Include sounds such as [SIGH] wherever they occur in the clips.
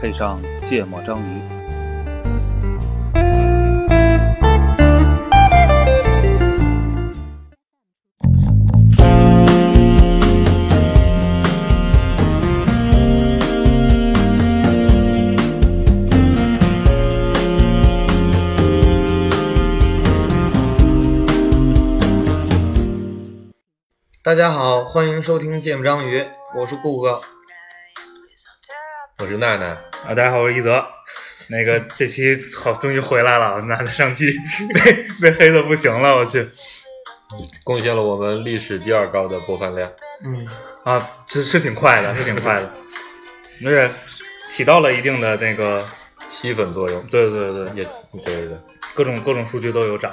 配上芥末章鱼。大家好，欢迎收听《芥末章鱼》，我是顾哥。我是娜娜，啊，大家好，我是一泽。那个这期好，终于回来了。那上期 [LAUGHS] 被被黑的不行了，我去贡献了我们历史第二高的播放量。嗯，啊，是是挺快的，是挺快的， [LAUGHS] 而且起到了一定的那个，吸粉作用，对对对对，也对对对各种各种数据都有涨。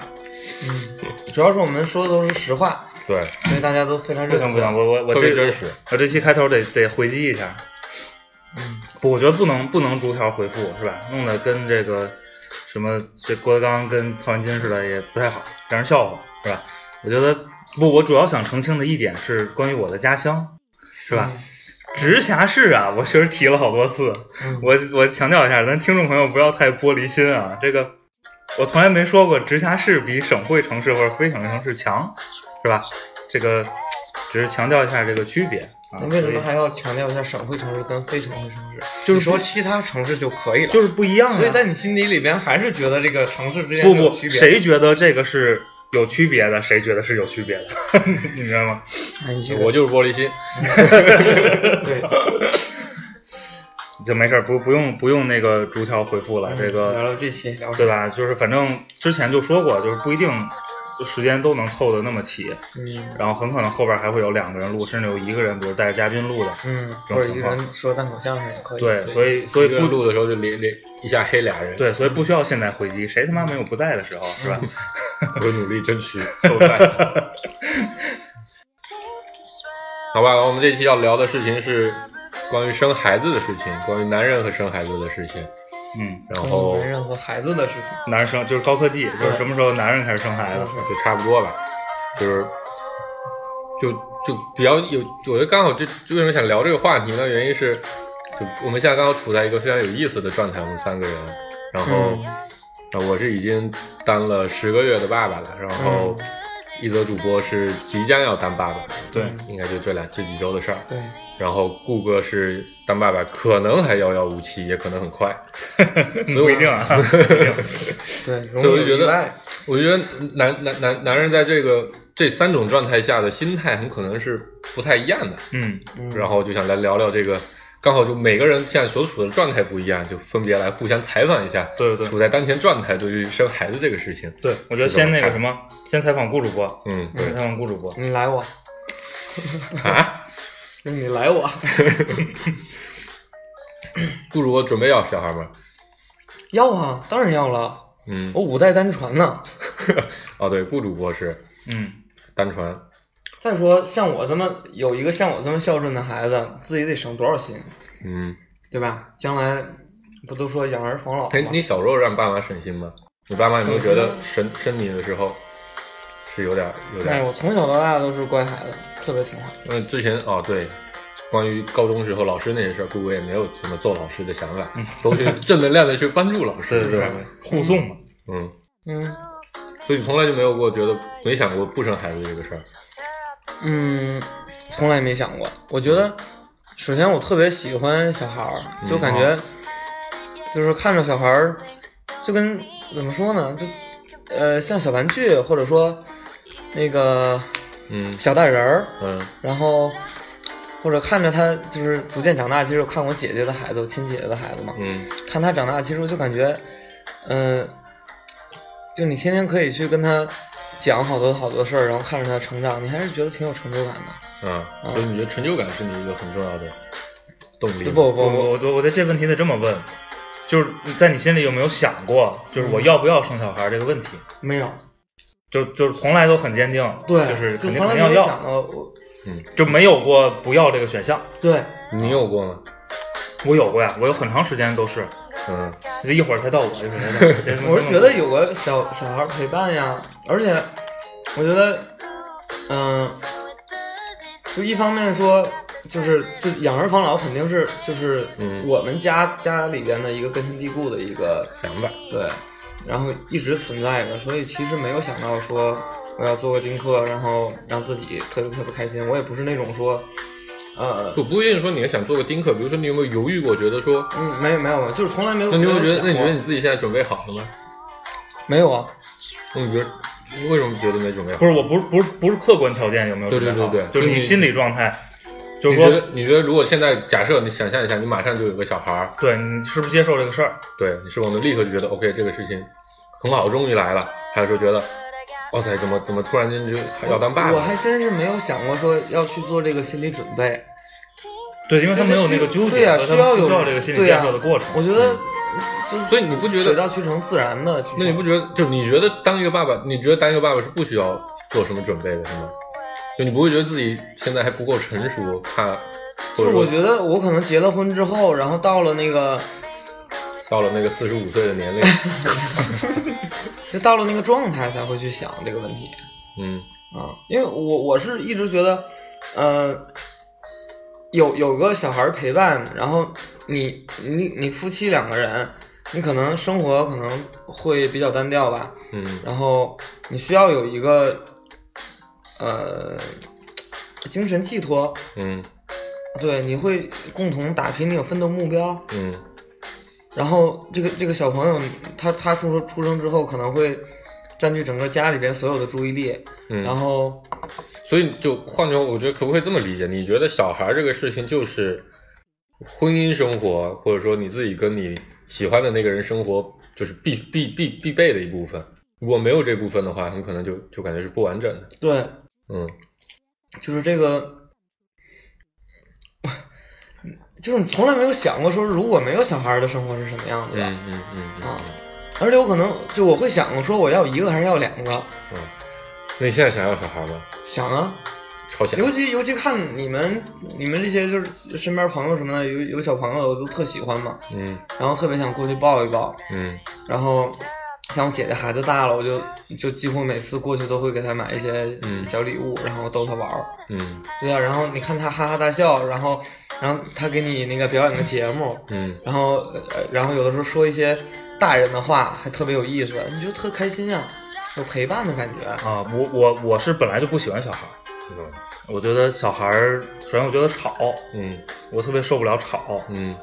嗯，主要是我们说的都是实话，对，所以大家都非常不认行同。不行，我我我特别真这实。我这期开头得得回击一下，嗯，不，我觉得不能不能逐条回复是吧？弄得跟这个什么这郭德纲跟曹云金似的，也不太好，让人笑话是吧？我觉得不，我主要想澄清的一点是关于我的家乡，是吧？直辖市啊，我确实提了好多次，嗯我我强调一下，咱听众朋友不要太玻璃心啊，这个我从来没说过直辖市比省会城市或者非省会城市强，是吧？这个只是强调一下这个区别啊。那为什所么以还要强调一下省会城市跟非省会城市？就是你说其他城市就可以了。就是不一样啊？所以在你心底里边还是觉得这个城市之间不没有不，区别。？嗯谁觉得这个是有区别的，谁觉得是有区别的， [LAUGHS] 你明白吗？哎，你这个我就是玻璃心， [LAUGHS] 对，就没事儿，不不用不用那个逐条回复嗯了，这嗯聊个聊这期聊对吧？吧？就是反正之前就说过，就是不一定时间都能凑的那么齐，嗯然后很可能后边还会有两个人录，甚至有一个人，比如带着嘉宾录的。嗯，这或种者一情个况人说单口相声也可以。对，所以所所以以不不录的时候就连连一下黑俩人。，对，所以不需要现在回击，谁他妈没有不在的时候，是吧？我努力争取都在。 [LAUGHS] 好吧，我们这期要聊的事情是关于生孩子的事情，关于男人和生孩子的事情。嗯，然关于后男人和孩子的事情。男生就是高科技，就是什么时候男人开始生孩子？就差不多吧，就是就就比较有，我觉得刚好这就为什么想聊这个话题呢？原因是，就我们现在刚好处在一个非常有意思的状态，我们三个人，然后、呃我是已经当了十个月的爸爸了，然后嗯一则主播是即将要当爸爸，对应该就这两这几周的事儿，嗯对，然后顾哥是当爸爸，可能还遥遥无期，也可能很快，不一定啊，不一定。对，容所以我易有就觉意得外。，我觉得男男男男人在这个这三种状态下的心态很可能是不太一样的。嗯，嗯然后就想来聊聊这个，刚好就每个人现在所处的状态不一样，就分别来互相采访一下，对对处在当前状态对于生孩子这个事情。对，我觉得先那个什么，先采访顾主播，嗯，对，采访顾主播。你来我，啊，你来我，顾主播准备要小孩吗？要啊，当然要了，嗯我，五代单传呢。哦对，顾主播是嗯，单传，再说，像我这么有一个像我这么孝顺的孩子，自己得省多少心，嗯，对吧？将来不都说养儿防老哎，吗？你小时候让爸妈省心吗？你爸妈有没有觉得生生你的时候是有点有啊哎，点？我从小到大都是乖孩子，特别听话。嗯，之前哦对。关于高中时候老师那些事儿，顾哥也没有什么揍老师的想法，都是正能量的去帮助老师，对对是吧对？，护送嘛。嗯，嗯所以你从来就没有过觉得没想过不生孩子这个事儿。嗯，从来没想过。我觉得，首先我特别喜欢小孩儿，就感觉就是看着小孩儿，就跟怎么说呢，就呃像小玩具，或者说那个嗯小大人儿，嗯然后或者看着他就是逐渐长大。其实我看我姐姐的孩子，我亲姐姐的孩子嘛，嗯看他长大，其实我就感觉，嗯、就你天天可以去跟他讲好多好多事儿，然后看着他成长，你还是觉得挺有成就感的。啊，所以你觉得成就感是你一个很重要的动不力吗。不不我我不，我我对这问题得这么问，就是在你心里有没有想过，就是我要不要生小孩这个问题？没有，就就是从来都很坚定，对，就是肯定从肯来定没要有想要，到我，就没有过不要这个选项。对，你有过吗？我有过呀，我有很长时间都是，嗯这一会儿才到我，一会儿才到先。 [LAUGHS] 我是先觉得有个小小孩陪伴呀，而且我觉得，嗯、就一方面说，就是就养儿防老肯定是就是嗯我们家、家里边的一个根深蒂固的一个想法，对，然后一直存在着，所以其实没有想到说我要做个丁克，然后让自己特别特别开心。我也不是那种说，呃，不不一定说你要想做个丁克，比如说你有没有犹豫过，觉得说，嗯，没有没有，就是从来没有。那你没有有没有觉想得，那你觉得过你自己现在准备好了吗？没有啊？那你觉得为什么觉得没准备好？不是，我不是不是不是客观条件有没有对准备对好对对就是就你你心理状态，就是你觉说得你觉得如果现在假设你想象一下，你马上就有个小孩儿，对你是不是接受这个事儿？对你是我能立刻就觉得 OK 这个事情很好，终于来了，还是说觉得，哇塞，怎么怎么突然间就要当爸我爸？还真是没有想过说要去做这个心理准备。对，因为他没有那个纠结，对呀、所以需他要不有需要这个心理对啊建呀设的过程。我觉得就是嗯所以你不觉得水到渠成自然的？那你不觉得就你觉得当一个爸爸，你觉得当一个爸爸是不需要做什么准备的，是吗？就你不会觉得自己现在还不够成熟，怕或就者是我说觉得我可能结了婚之后，然后到了那个到了那个四十五岁的年龄，就到了那个状态才会去想这个问题嗯啊，因为我我是一直觉得，呃，有有个小孩陪伴，然后你你你夫妻两个人，你可能生活可能会比较单调吧，嗯然后你需要有一个呃精神寄托，嗯对，你会共同打拼，你有奋斗目标，嗯然后这个这个小朋友，他他出生出生之后可能会占据整个家里边所有的注意力，嗯，然后所以就换句话，我觉得可不可以这么理解？你觉得小孩这个事情就是婚姻生活，或者说你自己跟你喜欢的那个人生活，就是必必必必备的一部分。如果没有这部分的话，很可能就就感觉是不完整的。对，嗯就是这个，就是你从来没有想过说如果没有小孩儿的生活是什么样子的，嗯嗯嗯嗯啊而且我可能就我会想过说我要一个还是要两个，嗯。那你现在想要小孩吗？想啊，超想。尤其尤其看你们你们这些就是身边朋友什么的有有小朋友的我都特喜欢嘛，嗯然后特别想过去抱一抱，嗯然后像我姐姐孩子大了，我就就几乎每次过去都会给她买一些嗯小礼物，然后逗她玩儿。嗯对啊，然后你看她哈哈大笑，然后然后她给你那个表演个节目，嗯然后呃然后有的时候说一些大人的话，还特别有意思，你就特开心呀，有陪伴的感觉。啊，我我我是本来就不喜欢小孩儿，我觉得小孩儿，首先我觉得吵，嗯我特别受不了吵，嗯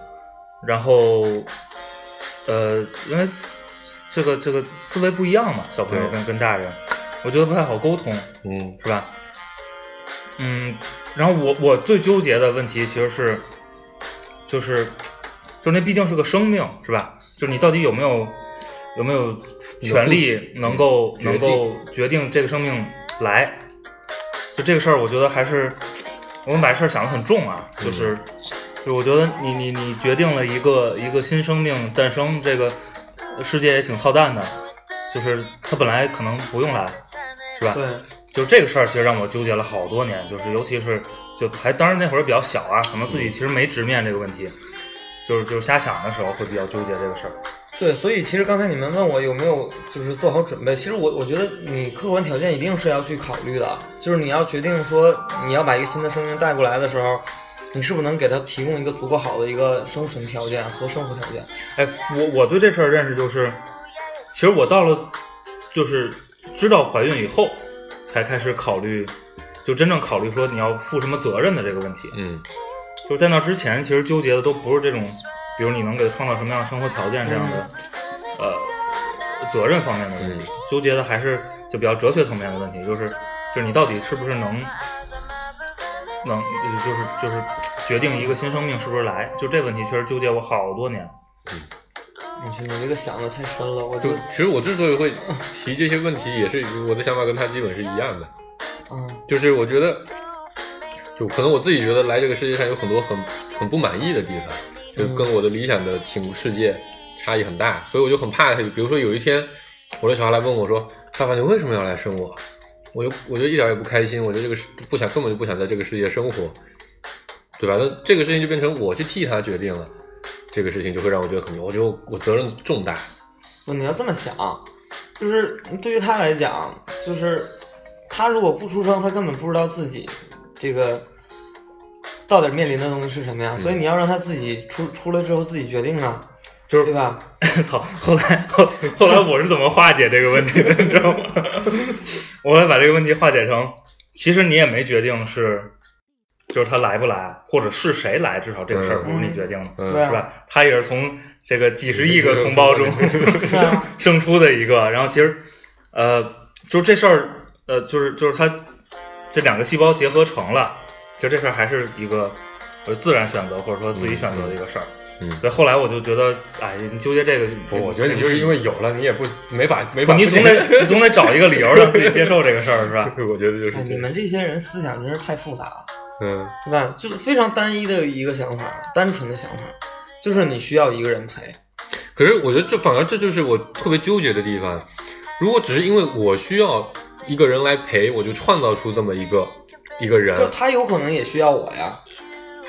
然后，呃，因为思这个这个思维不一样嘛，小朋友对跟跟大人，我觉得不太好沟通，嗯是吧？嗯，然后我我最纠结的问题其实是，就是，就那毕竟是个生命，是吧？就是你到底有没有有没有权利能够嗯决能定够决定这个生命来？就这个事儿，我觉得还是我们把事儿想得很重啊，就是，嗯就我觉得你你你决定了一个一个新生命诞生，这个世界也挺操蛋的，就是它本来可能不用来，是吧？对，就这个事儿，其实让我纠结了好多年，就是尤其是就还当然那会儿比较小啊，可能自己其实没直面这个问题，就是就是瞎想的时候会比较纠结这个事儿。对，所以其实刚才你们问我有没有就是做好准备，其实我我觉得你客观条件一定是要去考虑的，就是你要决定说你要把一个新的生命带过来的时候，你是不是能给他提供一个足够好的一个生存条件和生活条件？哎，我我对这事儿认识就是，其实我到了就是知道怀孕以后，才开始考虑，就真正考虑说你要负什么责任的这个问题。嗯就是在那之前，其实纠结的都不是这种，比如你能给他创造什么样的生活条件这样的，呃，责任方面的问题，纠结的还是就比较哲学层面的问题，就是就是你到底是不是能能就是就是决定一个新生命是不是来，就这问题确实纠结我好多年。你去，你这个想的太深了，我就就其实我之所以会提这些问题，也是我的想法跟他基本是一样的。嗯就是我觉得，就可能我自己觉得来这个世界上有很多很很不满意的地方，就嗯跟我的理想的情世界差异很大，所以我就很怕他。比如说有一天，我的小孩来问我说：“爸爸，你为什么要来生我？”我就我就一点也不开心，我觉得这个世不想根本就不想在这个世界生活，对吧？那这个事情就变成我去替他决定了，这个事情就会让我觉得很牛，我觉得我我责任重大。不，你要这么想，就是对于他来讲，就是他如果不出生，他根本不知道自己这个到底面临的东西是什么嗯呀？所以你要让他自己出出来之后自己决定啊，就是对吧？ [LAUGHS] 操！后来后后来我是怎么化解这个问题的，你知道吗？ [LAUGHS] 我后来把这个问题化解成，其实你也没决定是，就是他来不来，或者是谁来，至少这个事儿不是你决定的，嗯对是啊，吧？他也是从这个几十亿个同胞嗯中 [LAUGHS] 啊生生出的一个，然后其实，呃，就这事儿，呃，就是就是他这两个细胞结合成了，就这事儿还是一个呃自然选择或者说自己选择的一个事儿。嗯对，后来我就觉得，哎，你纠结这个，不，我觉得你就是因为有了，你也不没法没不法，你总得你总得找一个理由让自己接受这个事儿，是吧？ [LAUGHS] 我觉得啊就是这哎，样你们这些人思想真是太复杂了，嗯对吧？就是非常单一的一个想法，单纯的想法，就是你需要一个人陪。可是我觉得这反而这就是我特别纠结的地方。如果只是因为我需要一个人来陪，我就创造出这么一个一个嗯人，就他有可能也需要我呀，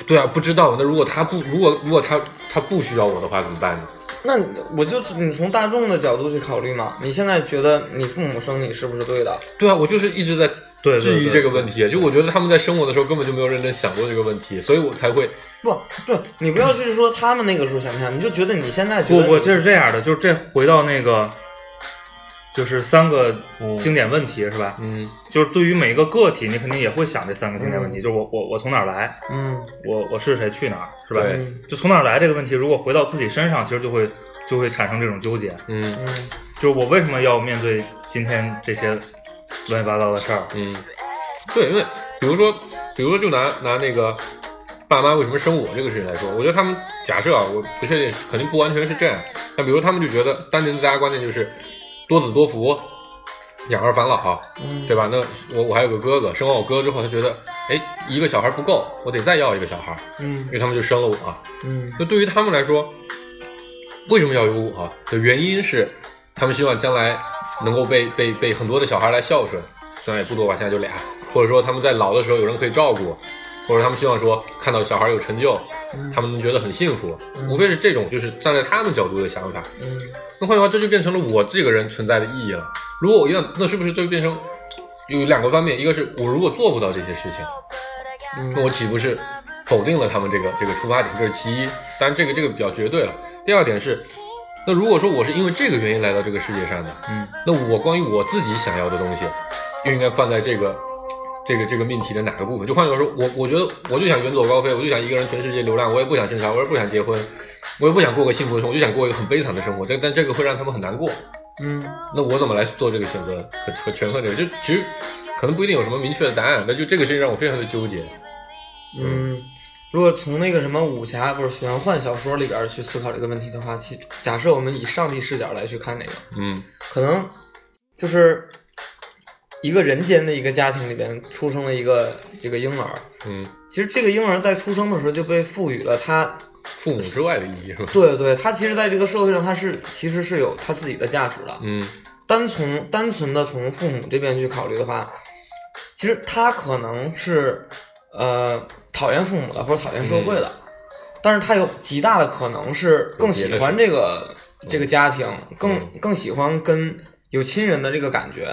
对啊，不知道。那如果他不，如果如果他他不需要我的话，怎么办呢？那你我就你从大众的角度去考虑嘛。你现在觉得你父母生你是不是对的？对啊，我就是一直在对对质疑这对个问题。就我觉得他们在生活的时候根本就没有认真想过这个问题，所以我才会不对，你不要去说他们那个时候想不想，你就觉得你现在觉不得不，这是这样的，就是这回到那个，就是三个经典问题，是吧？嗯就是对于每一个个体，你肯定也会想这三个经典问题，嗯就是我我我从哪儿来，嗯我我是谁去哪儿，是吧？对嗯就从哪儿来这个问题，如果回到自己身上，其实就会就会产生这种纠结，嗯嗯就是我为什么要面对今天这些乱七八糟的事儿？嗯，对，因为比如说，比如说就拿拿那个爸妈为什么生我这个事情来说，我觉得他们假设啊，我不确定，肯定不完全是这样。那比如他们就觉得当年的大家观念就是多子多福，养儿防老，嗯，对吧？吧？那我我还有个哥哥，生完我哥之后，他觉得，哎，一个小孩不够，我得再要一个小孩，嗯因为他们就生了我。啊嗯那对于他们来说，为什么要有我啊的原因是，他们希望将来能够被被被很多的小孩来孝顺，虽然也不多吧，现在就俩，或者说他们在老的时候有人可以照顾，或者他们希望说看到小孩有成就，他们能觉得很幸福，嗯无非是这种就是站在他们角度的想法。嗯那换句话，这就变成了我这个人存在的意义了。如果我要，那是不是就变成有两个方面？一个是我如果做不到这些事情，嗯，那我岂不是否定了他们这个这个出发点？这是其一，当然这个这个比较绝对了。第二点是，那如果说我是因为这个原因来到这个世界上的，嗯，那我关于我自己想要的东西，又应该放在这个这个这个命题的哪个部分？就换句话说，我我觉得我就想远走高飞，我就想一个人全世界流浪，我也不想生小孩，我也不想结婚，我也不想过个幸福的生活，我就想过一个很悲惨的生活。但但这个会让他们很难过。嗯那我怎么来做这个选择和和权衡这个？就其实可能不一定有什么明确的答案，但就这个事情让我非常的纠结。嗯，如果从那个什么武侠不是玄幻小说里边去思考这个问题的话，其假设我们以上帝视角来去看这个，嗯可能就是一个人间的一个家庭里边出生了一个这个婴儿，嗯，其实这个婴儿在出生的时候就被赋予了他，父母之外的意义是吧？对对，他其实在这个社会上他是其实是有他自己的价值的，嗯单从单纯的从父母这边去考虑的话，其实他可能是呃讨厌父母的或者讨厌社会的，但是他有极大的可能是更喜欢这个这个家庭，更更喜欢跟有亲人的这个感觉。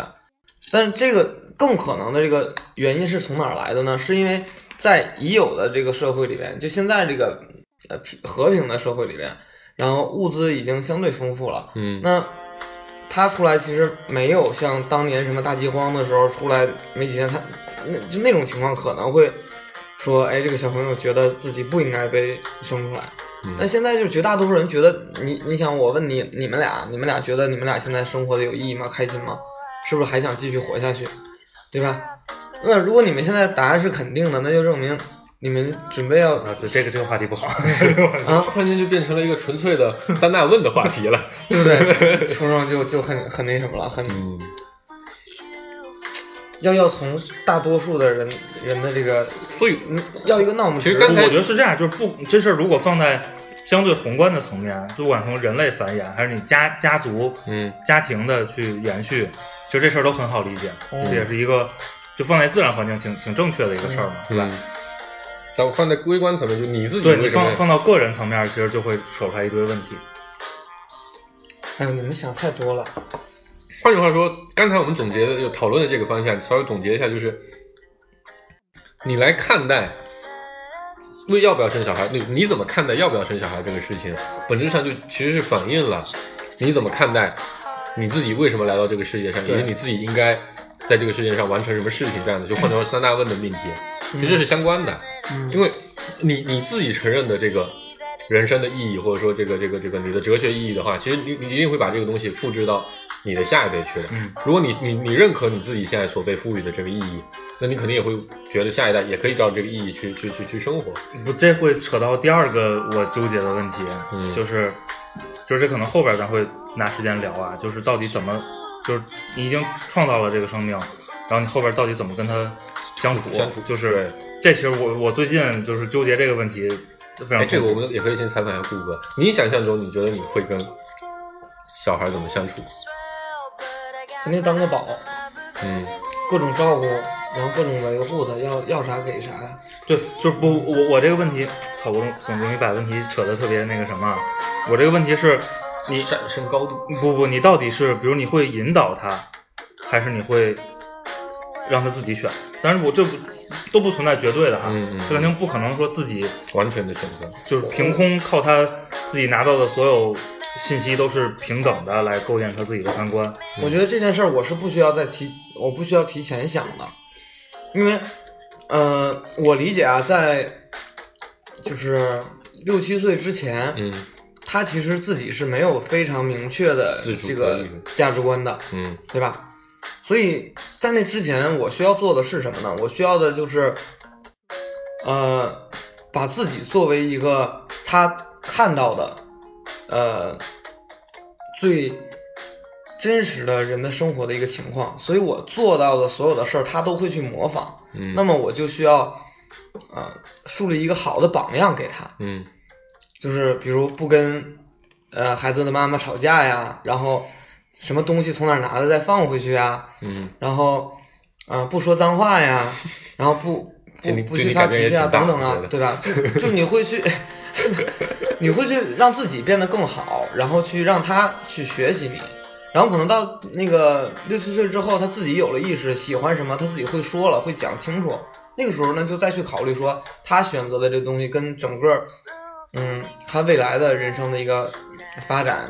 但是这个更可能的这个原因是从哪儿来的呢？是因为在已有的这个社会里边，就现在这个呃平和平的社会里边，然后物资已经相对丰富了，嗯那他出来其实没有像当年什么大饥荒的时候出来没几天，他那就那种情况可能会说，哎，这个小朋友觉得自己不应该被生出来。嗯但现在就是绝大多数人觉得你，你想我问你，你们俩，你们俩觉得你们俩现在生活的有意义吗？开心吗？是不是还想继续活下去？对吧？那如果你们现在答案是肯定的，那就证明你们准备要啊，对，这个这个话题不好。 [LAUGHS] 啊，突然间就变成了一个纯粹的三大问的话题了。对不对？说上就就很很那什么了，很 [LAUGHS] 嗯，要要从大多数的人人的这个，所以嗯，要一个闹其其实实刚才我觉得是这样，就是不这事儿如果放在相对宏观的层面，就不管从人类繁衍还是你家家族、嗯家庭的去延续，就这事儿都很好理解，嗯这也是一个就放在自然环境挺挺正确的一个事儿嘛，对对吧？吧？但我放在微观层面，就你自己对你为什么放放到个人层面，其实就会扯出来一堆问题。哎呦，你们想太多了。换句话说，刚才我们总结的就讨论的这个方向，稍微总结一下，就是你来看待为要不要生小孩，你你怎么看待要不要生小孩这个事情，本质上就其实是反映了你怎么看待你自己为什么来到这个世界上，以及你自己应该在这个世界上完成什么事情这样的，就换句嗯话说三大问的命题，其实是相关的，嗯因为你你自己承认的这个人生的意义，或者说这个这个这个你的哲学意义的话，其实你你一定会把这个东西复制到你的下一辈去的。嗯，如果你你你认可你自己现在所被赋予的这个意义，那你肯定也会觉得下一代也可以照这个意义去去去去生活。不，这会扯到第二个我纠结的问题，嗯就是，就是可能后边咱会拿时间聊啊，就是到底怎么，就是你已经创造了这个生命，然后你后边到底怎么跟他相处，相处就是这其实我我最近就是纠结这个问题，非常哎，痛这个苦我们也可以先采访一下顾哥，你想象中你觉得你会跟小孩怎么相处？肯定当个宝，嗯，各种照顾，然后各种维护他，要要啥给啥。对，就是不，我我这个问题，操，我总容易把问题扯得特别那个什么啊，我这个问题是你上升高度，不不，你到底是比如你会引导他，还是你会让他自己选？当然我这不都不存在绝对的哈，嗯嗯他肯定不可能说自己完全的选择。就是凭空靠他自己拿到的所有信息都是平等的来构建他自己的三观。我觉得这件事儿我是不需要再提，我不需要提前想的，因为，呃，我理解啊，在就是六七岁之前，嗯他其实自己是没有非常明确的自主这个可以价值观的，嗯对吧？所以在那之前，我需要做的是什么呢？我需要的就是，呃，把自己作为一个他看到的，呃，最真实的人的生活的一个情况，所以我做到的所有的事儿，他都会去模仿。嗯，那么我就需要，呃，树立一个好的榜样给他。嗯就是比如不跟呃孩子的妈妈吵架呀，然后什么东西从哪儿拿的再放回去呀，嗯然后啊、呃不说脏话呀，然后不 [LAUGHS] 这不你不对去你发改变脾气啊也挺大等等我啊觉得，对吧？就就你会去， [LAUGHS] 你会去让自己变得更好，然后去让他去学习你。然后可能到那个六七岁之后，他自己有了意识，喜欢什么，他自己会说了，会讲清楚。那个时候呢，就再去考虑说他选择的这东西跟整个，嗯，他未来的人生的一个发展，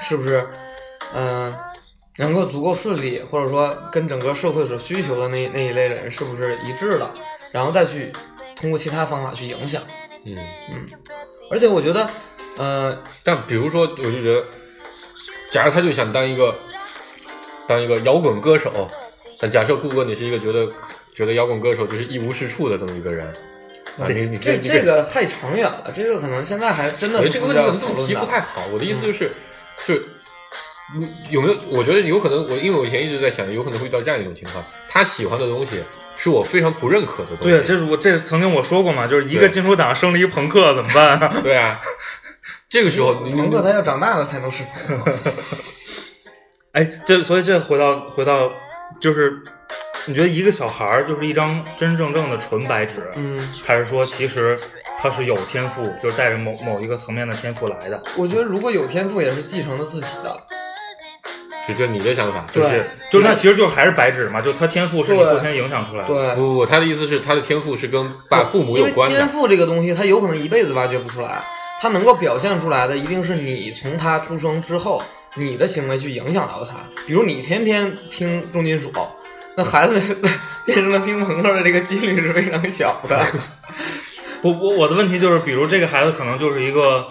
是不是，嗯、能够足够顺利，或者说跟整个社会所需求的那那一类人是不是一致的，然后再去通过其他方法去影响。嗯。嗯，而且我觉得，呃，但比如说，我就觉得，假如他就想当一个当一个摇滚歌手，但假设顾哥你是一个觉得觉得摇滚歌手就是一无是处的这么一个人，啊，这你你这你这个太长远了，这个可能现在还真我的觉是得这个不问需要题可能这么讨论提的不太好。我的意思就是，就是嗯有没有？我觉得有可能，我因为我以前一直在想，有可能会遇到这样一种情况：他喜欢的东西是我非常不认可的东西。对，啊这是我这曾经我说过嘛，就是一个对金属党生了一朋克怎么办啊？ [LAUGHS] 对啊。这个时 [LAUGHS] 候，你朋克他要长大了才能是朋克。哎，这所以这回到回到就是，你觉得一个小孩儿就是一张真真正正的纯白纸，嗯，还是说其实他是有天赋，就是带着某某一个层面的天赋来的？我觉得如果有天赋也是继承了自己的，就就你的想法，就对是就是他其实就是还是白纸嘛，就他天赋是你对后天影响出来的。对不，不不，他的意思是他的天赋是跟爸父母有关因为天的。赋这个东西，他有可能一辈子挖掘不出来，他能够表现出来的一定是你从他出生之后，你的行为去影响到他。比如你天天听重金属，那孩子 [LAUGHS] 变成了听朋克的这个几率是非常小 [LAUGHS] 的。我我我的问题就是，比如这个孩子可能就是一个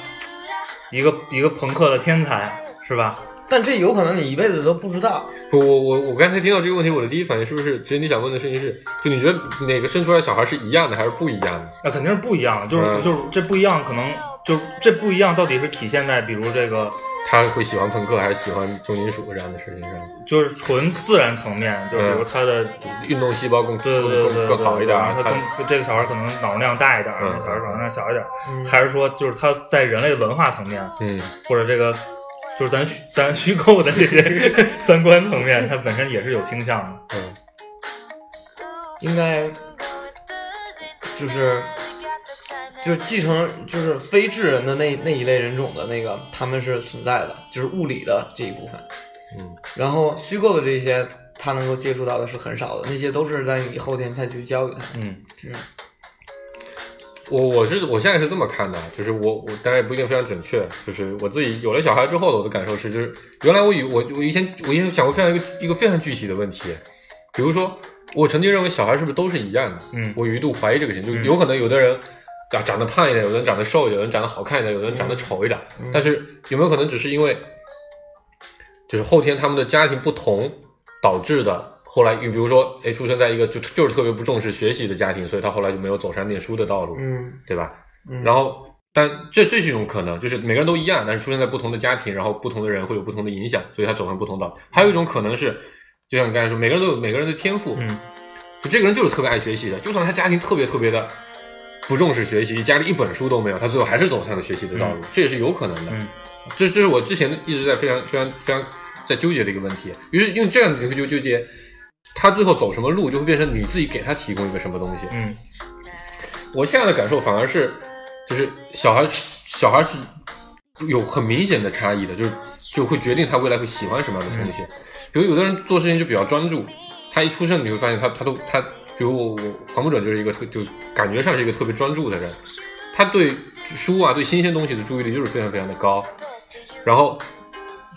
一个一个朋克的天才，是吧？但这有可能你一辈子都不知道。不，我我我刚才听到这个问题，我的第一反应是不是，其实你想问的事情是，就你觉得哪个生出来小孩是一样的还是不一样的？那肯定是不一样的，就是、嗯就是这不一样，可能就这不一样到底是体现在比如这个他会喜欢朋克还是喜欢重金属这样的事情上？就是纯自然层面，就比如他的。运动细胞更对对对对，嗯更更好一点然儿，后他他更这个小孩可能脑容量大一点，啊嗯小孩脑容量小一点，嗯还是说就是他在人类文化层面，嗯或者这个就是咱虚咱虚构的这些 [LAUGHS] 三观层面，它本身也是有倾向的。嗯应该就是就是继承就是非智人的那那一类人种的那个，他们是存在的，就是物理的这一部分。嗯然后虚构的这些，他能够接触嗯到的是很少的，那些都是在你后天再去教育他。嗯，嗯，我我是我现在是这么看的，就是我我当然也不一定非常准确，就是我自己有了小孩之后的我的感受是，就是原来我以我我以前我以前想过非常一个一个非常具体的问题，比如说我曾经认为小孩是不是都是一样的，嗯我有一度怀疑这个事情，就嗯有可能有的人啊长得胖一点，有的人长得瘦一点，有的人长得好看一点，有的人长得丑一点，嗯但是有没有可能只是因为就是后天他们的家庭不同导致的？后来，你比如说，哎，出生在一个就就是特别不重视学习的家庭，所以他后来就没有走上念书的道路，嗯，对吧？嗯然后，但这这是一种可能，就是每个人都一样，但是出生在不同的家庭，然后不同的人会有不同的影响，所以他走上不同道。还有一种可能是，就像你刚才说，每个人都有每个人的天赋，嗯，就这个人就是特别爱学习的，就算他家庭特别特别的不重视学习，家里一本书都没有，他最后还是走上了学习的道路，这也是有可能的。嗯这这是我之前一直在非常非常非常在纠结的一个问题。于是用这样的纠纠结，他最后走什么路，就会变成你自己给他提供一个什么东西。嗯我现在的感受反而是，就是小孩小孩是有很明显的差异的，就是就会决定他未来会喜欢什么样的东西。比如有的人做事情就比较专注，他一出生你会发现他他都他，比如我我黄不准就是一个特就感觉上是一个特别专注的人，他对书啊对新鲜东西的注意力就是非常非常的高，然后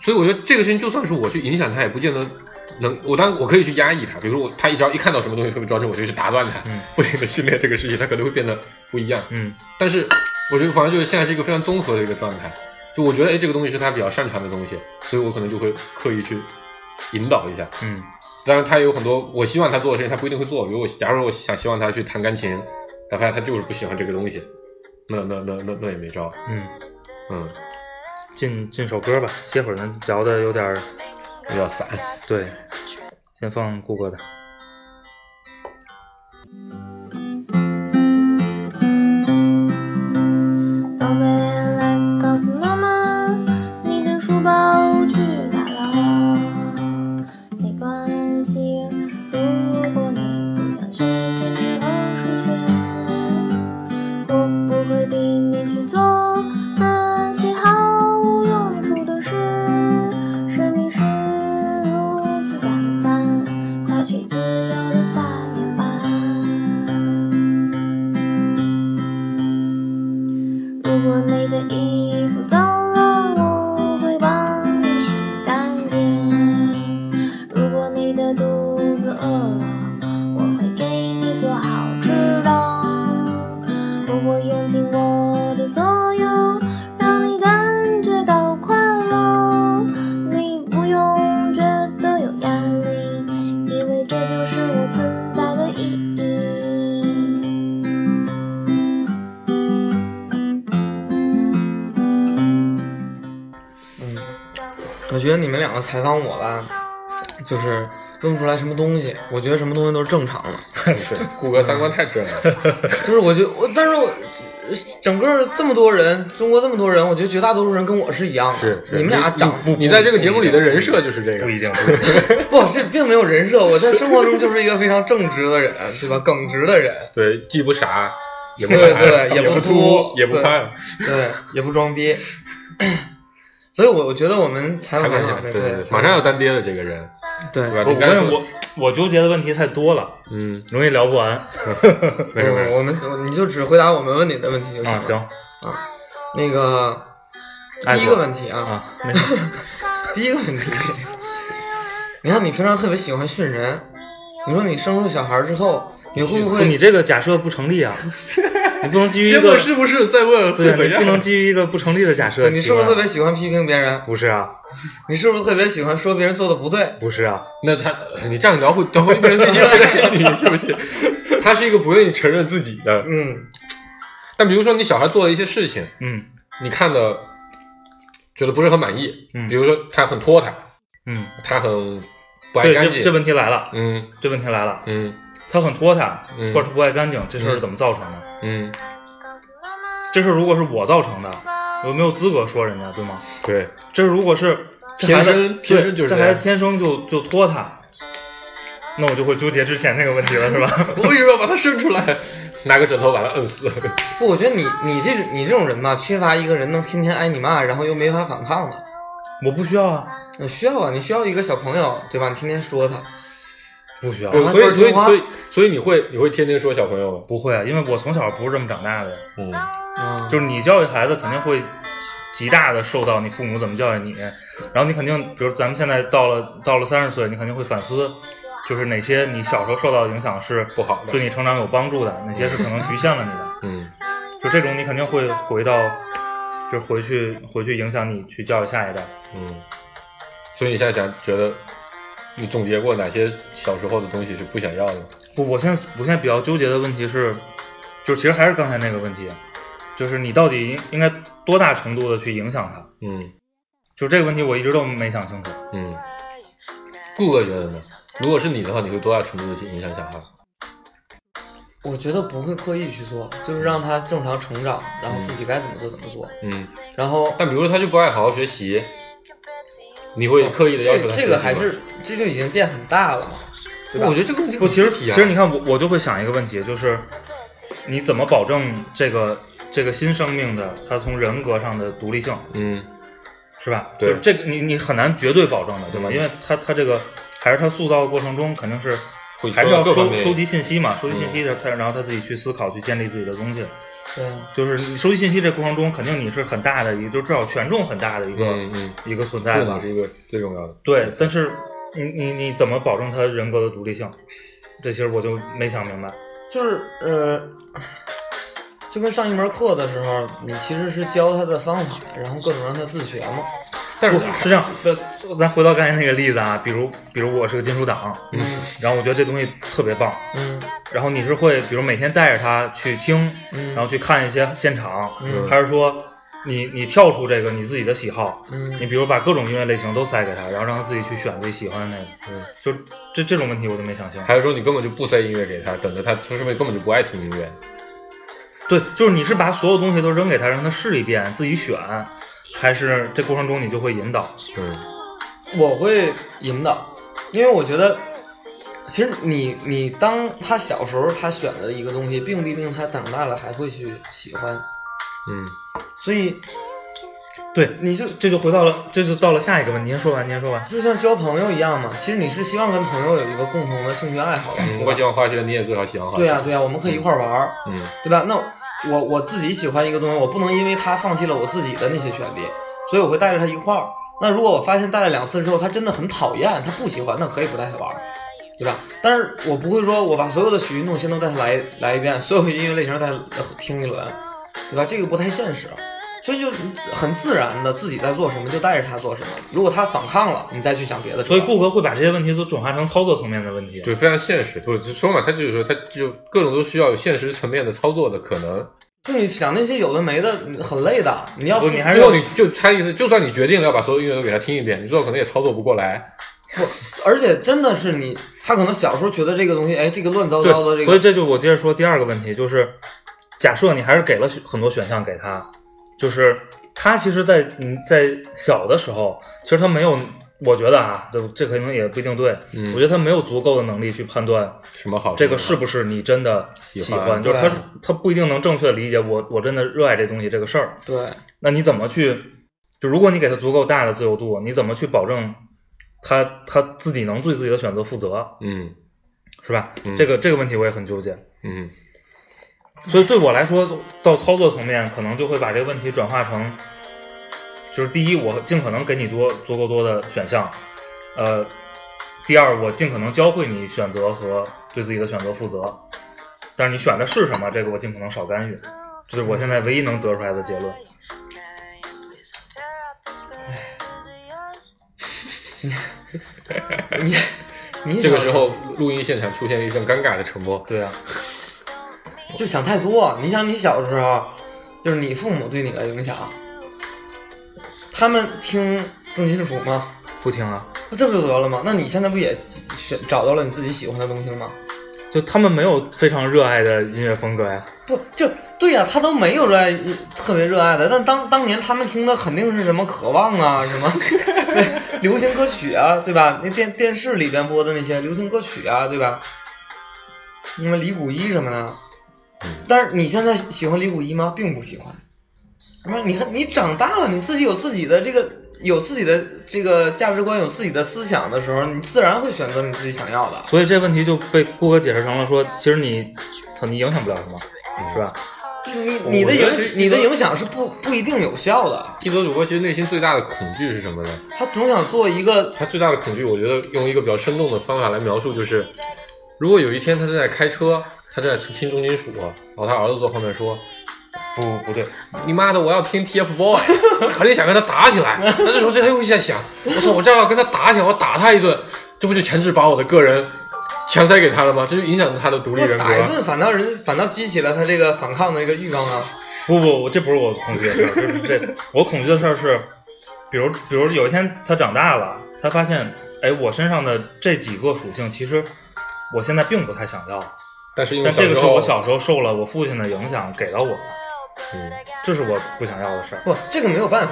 所以我觉得这个事情就算是我去影响他，也不见得。能，我当然我可以去压抑他，比如说我他一只要一看到什么东西特别专注，我就去打断他，嗯不停的训练这个事情，他可能会变得不一样。嗯但是我觉得反正就是现在是一个非常综合的一个状态，就我觉得哎这个东西是他比较擅长的东西，所以我可能就会刻意去引导一下。嗯当然他也有很多我希望他做的事情，他不一定会做。比如我假如我想希望他去弹钢琴，他发现他就是不喜欢这个东西，那那那那那也没招。嗯，嗯，进进首歌吧，歇会儿咱聊的有点儿比较散。对，先放顾哥的。宝贝，来告诉妈妈，你的书包去哪了？没关系，如果你不想学这个数学，我不会逼你去做那些毫无用处的事。生命是如此短暂，快去自由的撒野吧。如果你的衣服脏了，我会帮你洗干净；如果你的肚子饿了，我会给你做好吃的。我会用尽我的所有，让你感觉到快乐。你不用觉得有压力，因为这就是我存在的意义。嗯，我觉得你们两个采访我吧，就是问不出来什么东西。我觉得什么东西都是正常的，谷歌三观太正了，就是我觉得我，但是我整个这么多人，中国这么多人，我觉得绝大多数人跟我是一样的。是是你们俩长你你在这个节目里的人设就是这个不。 [LAUGHS] 一定，不一定。不，这并没有人设。我在生活中就是一个非常正直的人，对吧？耿直的人，对，既不傻，也不对懒对也也不秃秃，也不对胖。对，也不装逼。 [COUGHS] 所以，我我觉得我们采太访关键访了对对对，马上要当爹了，这个人，对对。吧？我你刚才说我我纠结的问题太多了，嗯，容易聊不完。啊没事没事，我们我你就只回答我们问你的问题就行啊，了。行啊，那个哎第一个问题啊，啊，没事。第一个问题，你看你平常特别喜欢训人，你说你生出小孩之后，你会不不你会？这个假设不成立 [LAUGHS] 啊，你不能基于一结个果是不是在问对啊，怎你样不能基于一个不成立的假设提问。你是不是特别喜欢批评别人？不是啊？你是不是特别喜欢说别人做的不对？不是啊？那他，你这样聊会聊会被人内心在 [LAUGHS] 你信不信？他是一个不愿意承认自己的。嗯但比如说，你小孩做了一些事情，嗯你看的觉得不是很满意，嗯比如说他很拖沓，嗯，他很不爱对，干这净，这问题来了，嗯这问题来了，嗯他很拖沓，嗯或者他不爱干净，这事儿嗯是怎么造成的？嗯，这事儿如果是我造成的，我没有资格说人家，对吗？对， [LAUGHS] 这如果是这天孩子生对天生就是这这孩样子天生就就拖沓，那我就会纠结之前那个问题了，是吧？ [LAUGHS] 我为什么要把他生出来？ [LAUGHS] 拿个枕头把他摁死。不，我觉得你你这你这种人吧，缺乏一个人能天天挨你骂，然后又没法反抗的。呃我不需要啊，你需要啊，你需要一个小朋友，对吧？你天天说他，不需要，呃啊所以就是所以菊花所以所以你会你会天天说小朋友吗？不会啊，因为我从小不是这么长大的呀。嗯，嗯，就是你教育孩子，肯定会极大的受到你父母怎么教育你，然后你肯定，比如咱们现在到了到了三十岁，你肯定会反思，就是哪些你小时候受到的影响是不好的对你成长有帮助的，哪些是可能局限了你的，嗯，就这种你肯定会回到，就回去回去影响你去教育下一代。嗯，所以你现在想觉得，你总结过哪些小时候的东西是不想要的？不，我现在我现在比较纠结的问题是，就其实还是刚才那个问题，就是你到底应应该多大程度的去影响他？嗯就这个问题，我一直都没想清楚。嗯，顾哥觉得呢？如果是你的话，你会多大程度的去影响小孩？我觉得不会刻意去做，就是让他正常成长，然后自己该怎么做怎么做。嗯，然后但比如说他就不爱好好学习，你会刻意的要哦求这他这学习个吗还是这就已经变很大了嘛，对吧？我觉得这个问题不，其实很体其实你看我我就会想一个问题，就是你怎么保证这个这个新生命的他从人格上的独立性，嗯是吧？对就是这个你你很难绝对保证的，对吧？嗯因为他他这个还是他塑造的过程中肯定是会还是要各方收面嗯收集信息嘛，收集信息他然后他自己去思考去建立自己的东西。对啊，就是你收集信息这过程中，肯定你是很大的，也就至少权重很大的一个、嗯嗯，一个存在父吧母。是一个最重要的。对，但是你你你怎么保证他人格的独立性？这其实我就没想明白。就是呃，就跟上一门课的时候，你其实是教他的方法，然后各种让他自学嘛。但是不是这样，不咱回到刚才那个例子啊，比如比如我是个金属党，嗯然后我觉得这东西特别棒，嗯然后你是会比如每天带着他去听，嗯，然后去看一些现场，嗯还是说你你跳出这个你自己的喜好，嗯你比如把各种音乐类型都塞给他，然后让他自己去选自己喜欢的那个，嗯就这这种问题我就没想清楚还。是说你根本就不塞音乐给他，等着他，是不是根本就不爱听音乐？对，就是你是把所有东西都扔给他，让他试一遍自己选，还是这过程中你就会引导？嗯我会引导，因为我觉得，其实你你当他小时候他选的一个东西，并不一定他长大了还会去喜欢，嗯，所以对，你就这就回到了，这就到了下一个问题。您说完，您说完。就像交朋友一样嘛。其实你是希望跟朋友有一个共同的兴趣爱好的，嗯对我吧喜？欢滑雪，你也最好喜欢滑雪。对呀、对呀、我们可以一块儿玩儿，嗯对吧？那我我自己喜欢一个东西，我不能因为他放弃了我自己的那些权利，所以我会带着他一块儿。那如果我发现带了两次之后，他真的很讨厌，他不喜欢，那可以不带他玩儿，对吧？但是我不会说我把所有的曲运动先都带他来来一遍，所有音乐类型带他听一轮，对吧？这个不太现实，啊所以就很自然的自己在做什么就带着他做什么。如果他反抗了，你再去想别的。所以顾哥会把这些问题都转化成操作层面的问题。对，非常现实。不，就说嘛，他就是说，他就各种都需要有现实层面的操作的可能。就你想那些有的没的，很累的。你要不你还是最后你就他意思，就算你决定了要把所有音乐都给他听一遍，你最后可能也操作不过来。而且真的是你，他可能小时候觉得这个东西，哎，这个乱糟对糟的这个，所以这就我接着说第二个问题，就是假设你还是给了选很多选项给他，就是他其实在，你在小的时候，其实他没有，我觉得啊，这这可能也不一定对，嗯我觉得他没有足够的能力去判断什么好？这个是不是你真的喜喜欢欢，就是对他他不一定能正确的理解我我真的热爱这东西这个事儿，对，那你怎么去？就如果你给他足够大的自由度，你怎么去保证他他自己能对自己的选择负责，嗯是吧？嗯这个这个问题我也很纠结。嗯所以对我来说，到操作层面，可能就会把这个问题转化成，就是第一，我尽可能给你多足够多的选项，呃，第二，我尽可能教会你选择和对自己的选择负责，但是你选的是什么，这个我尽可能少干预，这是我现在唯一能得出来的结论。你你这个想时候录音现场出现了一阵尴尬的沉默。对啊，就想太多。啊你想你小时候，就是你父母对你的影响，他们听重金属吗？不听啊，那这不就得了吗？那你现在不也选找到了你自己喜欢的东西吗？就他们没有非常热爱的音乐风格呀。不，就对呀、他都没有热爱特别热爱的，但当当年他们听的肯定是什么渴望啊，什么对流行歌曲啊，对吧？那电电视里边播的那些流行歌曲啊，对吧？什么李谷一什么的嗯，但是你现在喜欢李谷一吗？并不喜欢。什么？你看，你长大了，你自己有自己的这个有自己的这个价值观、有自己的思想的时候，你自然会选择你自己想要的。所以这问题就被顾哥解释成了说，其实你操你影响不了什么，是吧？就你我你的我觉得其影实你的影响是不不一定有效的。一则主播其实内心最大的恐惧是什么呢？他总想做一个他最大的恐惧，我觉得用一个比较生动的方法来描述，就是如果有一天他正在开车，他正在听重金属，然后他儿子坐后面说：“不不对，你妈的，我要听 TFBOY，肯 [LAUGHS] 定想跟他打起来。那这时候他又在想，我操，我这样要跟他打起来，我打他一顿，这不就全是把我的个人全塞给他了吗？这就影响他的独立人格。打一顿，反倒人反倒激起了他这个反抗的这个欲望啊。不不，我这不是我恐惧的事儿，这这我恐惧的事儿是，比如比如有一天他长大了，他发现，哎，我身上的这几个属性其实我现在并不太想要，但是因为但小这时个是候，我小时候受了我父亲的影响给到我的，嗯，这是我不想要的事儿。不，这个没有办法，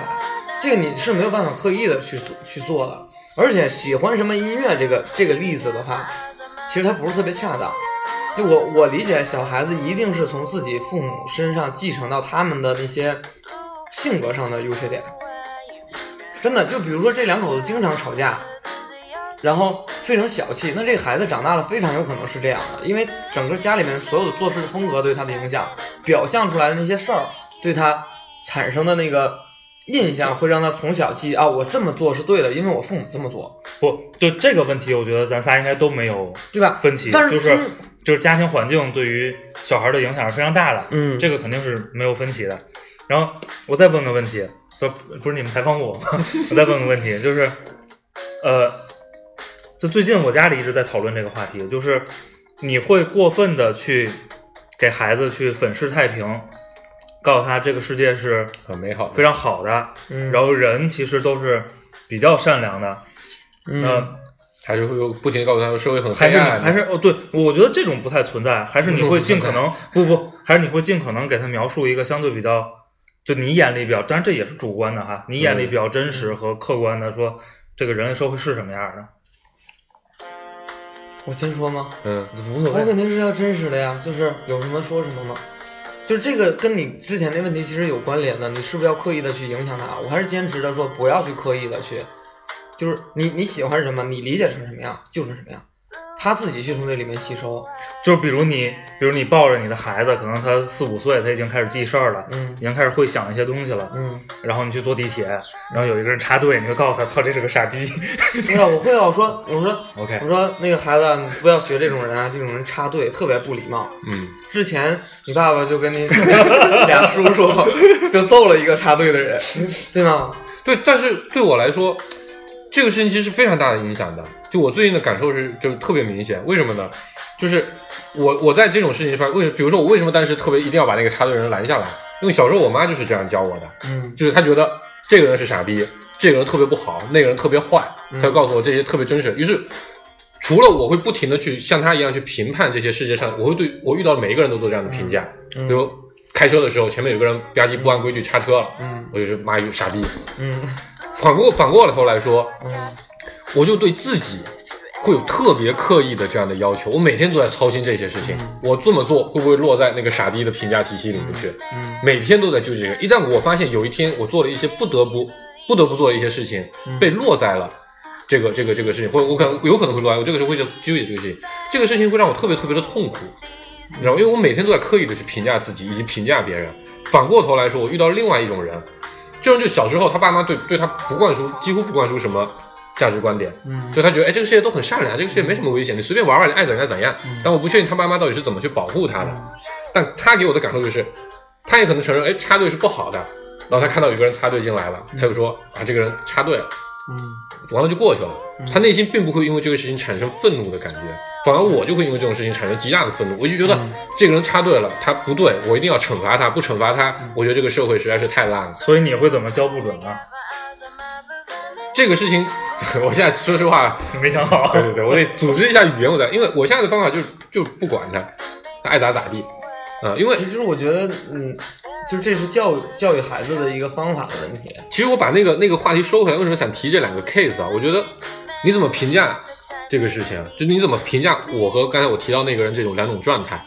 这个你是没有办法刻意的去做去做的。而且喜欢什么音乐这个这个例子的话，其实它不是特别恰当。就我我理解，小孩子一定是从自己父母身上继承到他们的那些性格上的优缺点。真的，就比如说这两口子经常吵架，然后非常小气，那这个孩子长大了非常有可能是这样的，因为整个家里面所有的做事风格对他的影响，表象出来的那些事儿对他产生的那个印象，会让他从小记啊，我这么做是对的，因为我父母这么做，不，就这个问题，我觉得咱仨应该都没有对吧？分歧，但是就是听就是家庭环境对于小孩的影响是非常大的，嗯这个肯定是没有分歧的。然后我再问个问题，不不是你们采访我吗？ [LAUGHS] 我再问个问题，就是呃，就最近我家里一直在讨论这个话题，就是你会过分的去给孩子去粉饰太平，告诉他这个世界是很美好的。非常好的，嗯然后人其实都是比较善良的，嗯那、还是会有不停的告诉他说社会很还黑是你暗，还是哦，对，我觉得这种不太存在，还是你会尽可能不不，还是你会尽可能给他描述一个相对比较，就你眼里比较，当然这也是主观的哈，你眼里比较真实和客观的说，这个人类社会是什么样的，我先说吗？嗯，无所我谓。肯定是要真实的呀，就是有什么说什么嘛。就是这个跟你之前那问题其实有关联的，你是不是要刻意的去影响他？我还是坚持的说不要去刻意的去，就是你你喜欢什么，你理解成什么样就是什么样，他自己去从这里面吸收。就是比如你，比如你抱着你的孩子，可能他四五岁，他已经开始记事儿了，嗯已经开始会想一些东西了，嗯，然后你去坐地铁，然后有一个人插队，你会告诉他，操，这是个傻逼。对啊，我会啊，我说我说 OK，我说那个孩子你不要学这种人啊，这种人插队特别不礼貌。嗯，之前你爸爸就跟你俩叔叔就揍了一个插队的人，对吗？对，但是对我来说，这个事情其实是非常大的影响的。就我最近的感受是，就是特别明显。为什么呢？就是我我在这种事情上，为比如说我为什么当时特别一定要把那个插队人拦下来？因为小时候我妈就是这样教我的，嗯就是她觉得这个人是傻逼，这个人特别不好，那个人特别坏，她就告诉我这些特别真实。于是。除了我会不停的去像她一样去评判这些世界上，我会对我遇到的每一个人都做这样的评价，嗯比如开车的时候前面有个人吧唧不按规矩刹车了，嗯我就是妈有傻逼，嗯反过反过头来说，嗯我就对自己会有特别刻意的这样的要求，我每天都在操心这些事情，我这么做会不会落在那个傻逼的评价体系里面去？嗯每天都在纠结这个。一旦我发现有一天我做了一些不得不不得不做的一些事情，被落在了。这个这个这个事情，或者我可能有可能会落在，我这个时候会去纠结这个事情，这个事情会让我特别特别的痛苦，你知道吗？因为我每天都在刻意的去评价自己以及评价别人。反过头来说，我遇到另外一种人，这种就小时候他爸妈对对他不灌输，几乎不灌输什么价值观点，嗯就他觉得哎这个世界都很善良，这个世界没什么危险，你随便玩玩，你爱怎样怎样。但我不确定他爸妈到底是怎么去保护他的，嗯但他给我的感受就是，他也可能承认哎插队是不好的，然后他看到有个人插队进来了，他就说啊这个人插队了。嗯。完了就过去了。他内心并不会因为这个事情产生愤怒的感觉，反而我就会因为这种事情产生极大的愤怒。我就觉得这个人插队了，他不对，我一定要惩罚他，不惩罚他，我觉得这个社会实在是太烂了。所以你会怎么教不准呢？这个事情， [LAUGHS] 我现在说实话，没想好。对对对，我得组织一下语言，我再，因为我现在的方法就是就不管他，他爱咋咋地，啊、因为其实我觉得，嗯，就这是教育教育孩子的一个方法的问题。其实我把那个那个话题收回来，为什么想提这两个 case 啊？我觉得你怎么评价这个事情啊，就你怎么评价我和刚才我提到那个人这种两种状态？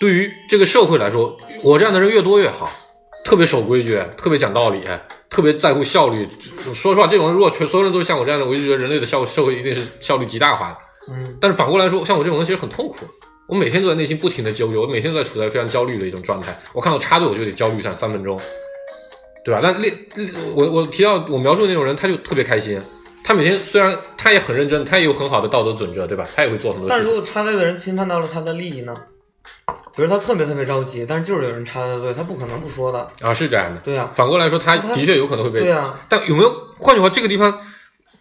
对于这个社会来说，我这样的人越多越好，特别守规矩，特别讲道理，特别在乎效率。说实话，这种人如果全所有人都像我这样的，我就觉得人类的效社会一定是效率极大化的。嗯但是反过来说，像我这种人其实很痛苦，我每天都在内心不停的纠结，我每天都在处在非常焦虑的一种状态。我看到插队我就得焦虑上三分钟，对吧？但另我我提到我描述的那种人，他就特别开心。他每天虽然他也很认真，他也有很好的道德准则，对吧？他也会做很多但事如情。果插队的人侵犯到了他的利益呢？比如他特别特别着急，但是就是有人插他的队，他不可能不说的。啊，是这样的。对啊，反过来说，他的确有可能会被。对啊但有没有？换句话，这个地方，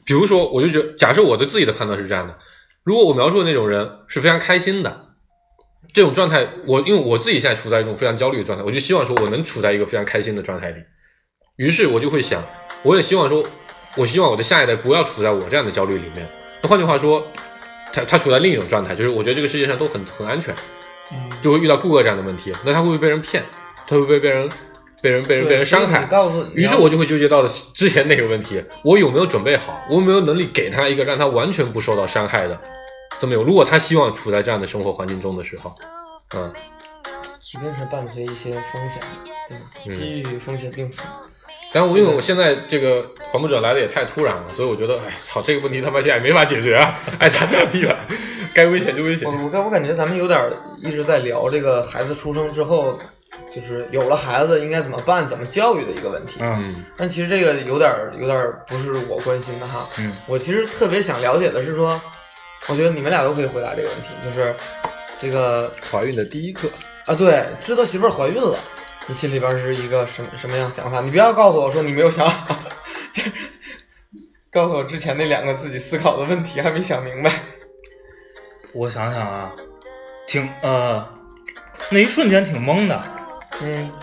比如说，我就觉得，假设我对自己的判断是这样的：如果我描述的那种人是非常开心的，这种状态，我因为我自己现在处在一种非常焦虑的状态，我就希望说我能处在一个非常开心的状态里。于是我就会想，我也希望说，我希望我的下一代不要处在我这样的焦虑里面。那换句话说，他他处在另一种状态，就是我觉得这个世界上都很很安全，嗯就会遇到顾客这样的问题。那他会不会被人骗？他会不会被人被人被人被对人所以伤害你？告诉，于是我就会纠结到了之前那个问题：我有没有准备好？我有没有能力给他一个让他完全不受到伤害的这么有？如果他希望处在这样的生活环境中的时候，嗯，一定是伴随一些风险的，对吧？嗯机遇与风险并存。但我因为我现在这个环保者来的也太突然了，所以我觉得，哎，操，这个问题他妈现在也没法解决啊，爱咋咋地吧，该危险就危险我。我感我感觉咱们有点儿一直在聊这个孩子出生之后，就是有了孩子应该怎么办、怎么教育的一个问题。 [LAUGHS] 嗯嗯但其实这个有点儿有点儿不是我关心的哈。嗯我其实特别想了解的是说，我觉得你们俩都可以回答这个问题，就是这个怀孕的第一课，啊，对，知道媳妇儿怀孕了，你心里边儿是一个什么什么样想法？你不要告诉我说你没有想法， [LAUGHS] 就是告诉我之前那两个自己思考的问题还没想明白。我想想啊，挺呃，那一瞬间挺懵的，嗯啊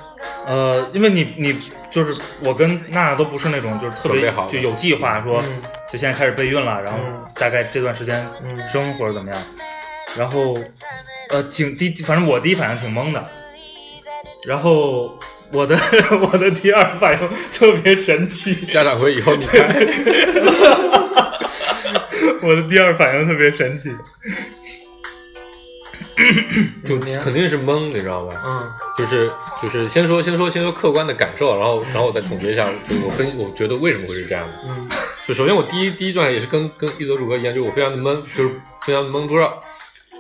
呃，因为你你就是我跟娜娜都不是那种就是特准备别好的就有计划说，嗯就现在开始备孕了，然后嗯大概这段时间嗯生活怎么样，然后呃挺第反正我第一反应挺懵的，然后我的 [LAUGHS] 我的第二反应特别神奇，家长会以后你看，我的第二反应特别神奇，就您肯定是懵，你知道吧？嗯就是就是先说先说先说客观的感受，然后然后我再总结一下，就是我分我觉得为什么会是这样的。嗯就首先我第一第一状态也是跟跟一泽主播一样，就是我非常的懵，就是非常的懵，不知道，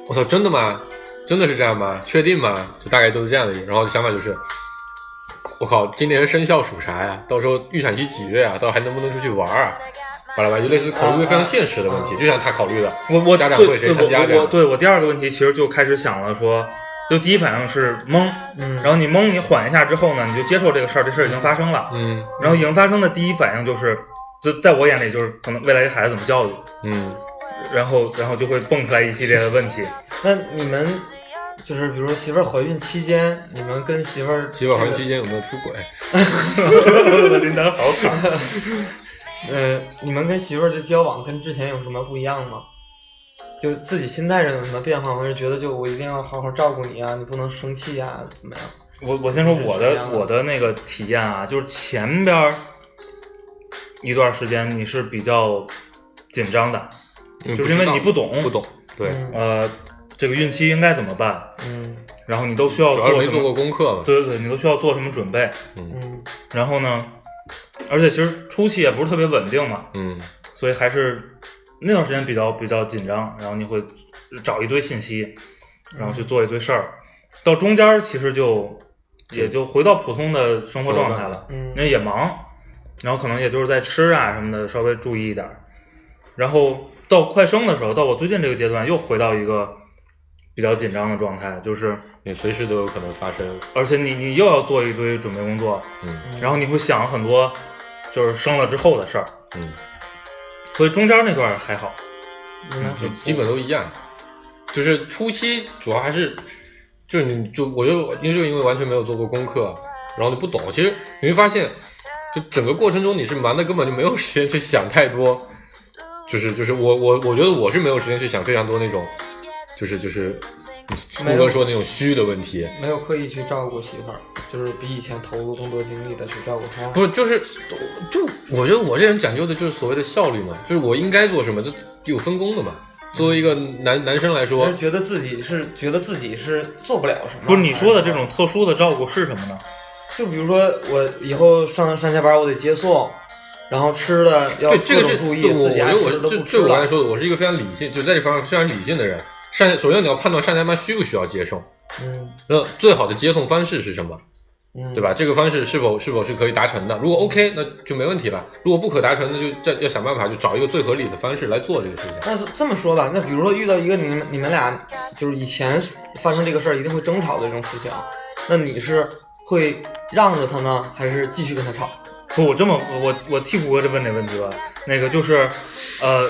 我操，真的吗？真的是这样吗？确定吗？就大概都是这样的。然后想法就是，我靠，今年生肖属啥呀？到时候预产期几月啊？到时候还能不能出去玩啊？巴拉巴拉，就类似于考虑一个非常现实的问啊题，就像他考虑的，我我家长对会谁对参加我这样我我对我第二个问题其实就开始想了说，就第一反应是懵，嗯，然后你懵你缓一下之后呢，你就接受这个事儿，这事儿已经发生了，嗯然后已经发生的第一反应就是，就在我眼里就是可能未来这孩子怎么教育，嗯，然后然后就会蹦出来一系列的问题。 [LAUGHS] 那你们就是比如说媳妇儿怀孕期间，你们跟媳妇儿媳妇儿怀孕这期个间有没有出轨？林丹好惨，呃，你们跟媳妇儿的交往跟之前有什么不一样吗？就自己心态上有什么变化吗，或者觉得就我一定要好好照顾你啊，你不能生气啊，怎么样？我我先说我是这的样的我的那个体验啊，就是前边儿一段时间你是比较紧张的，嗯就是因为知道你不懂不懂，对，啊嗯呃，这个孕期应该怎么办，嗯然后你都需要主要是哦做没什做过么？功课嘛，对对对，你都需要做什么准备？嗯然后呢，而且其实初期也不是特别稳定嘛，嗯所以还是那段时间比较比较紧张，然后你会找一堆信息，然后去做一堆事儿，到中间儿其实就也就回到普通的生活状态了，嗯那也忙，然后可能也就是在吃啊什么的稍微注意一点儿，然后到快生的时候，到我最近这个阶段又回到一个比较紧张的状态，就是你随时都有可能发生，而且你你又要做一堆准备工作，嗯然后你会想很多就是生了之后的事儿，嗯，所以中间那段儿还好，你呢？就基本都一样，就是初期主要还是，就是你就我就因为就因为完全没有做过功课，然后你不懂，其实你会发现，就整个过程中你是忙的，根本就没有时间去想太多，就是就是我我我觉得我是没有时间去想非常多那种，就是就是没顾有哥说的那种虚的问题，没有刻意去照顾媳妇儿，就是比以前投入更多精力的去照顾她。不是，就是就我觉得我这人讲究的就是所谓的效率嘛，就是我应该做什么，就有分工的嘛。作为一个男男生来说我，是觉得自己是觉得自己是做不了什么。不是你说的这种特殊的照顾是什么呢？就比如说我以后上上下班我得接送，然后吃的要对，这各个种是注意，对我，我自己觉爱得吃我的都就不对吃我刚才了。说的，我是一个非常理性，就在这方面非常理性的人。上首先你要判断上下班需不需要接送，嗯那最好的接送方式是什么，嗯，对？吧？这个方式是否是否是可以达成的？如果 OK，那就没问题了；如果不可达成，那就再要想办法，就找一个最合理的方式来做这个事情。那这么说吧，那比如说遇到一个你们你们俩就是以前发生这个事儿一定会争吵的这种事情，那你是会让着他呢，还是继续跟他吵？不，我这么我我替谷歌这问这问题吧，那个就是，呃，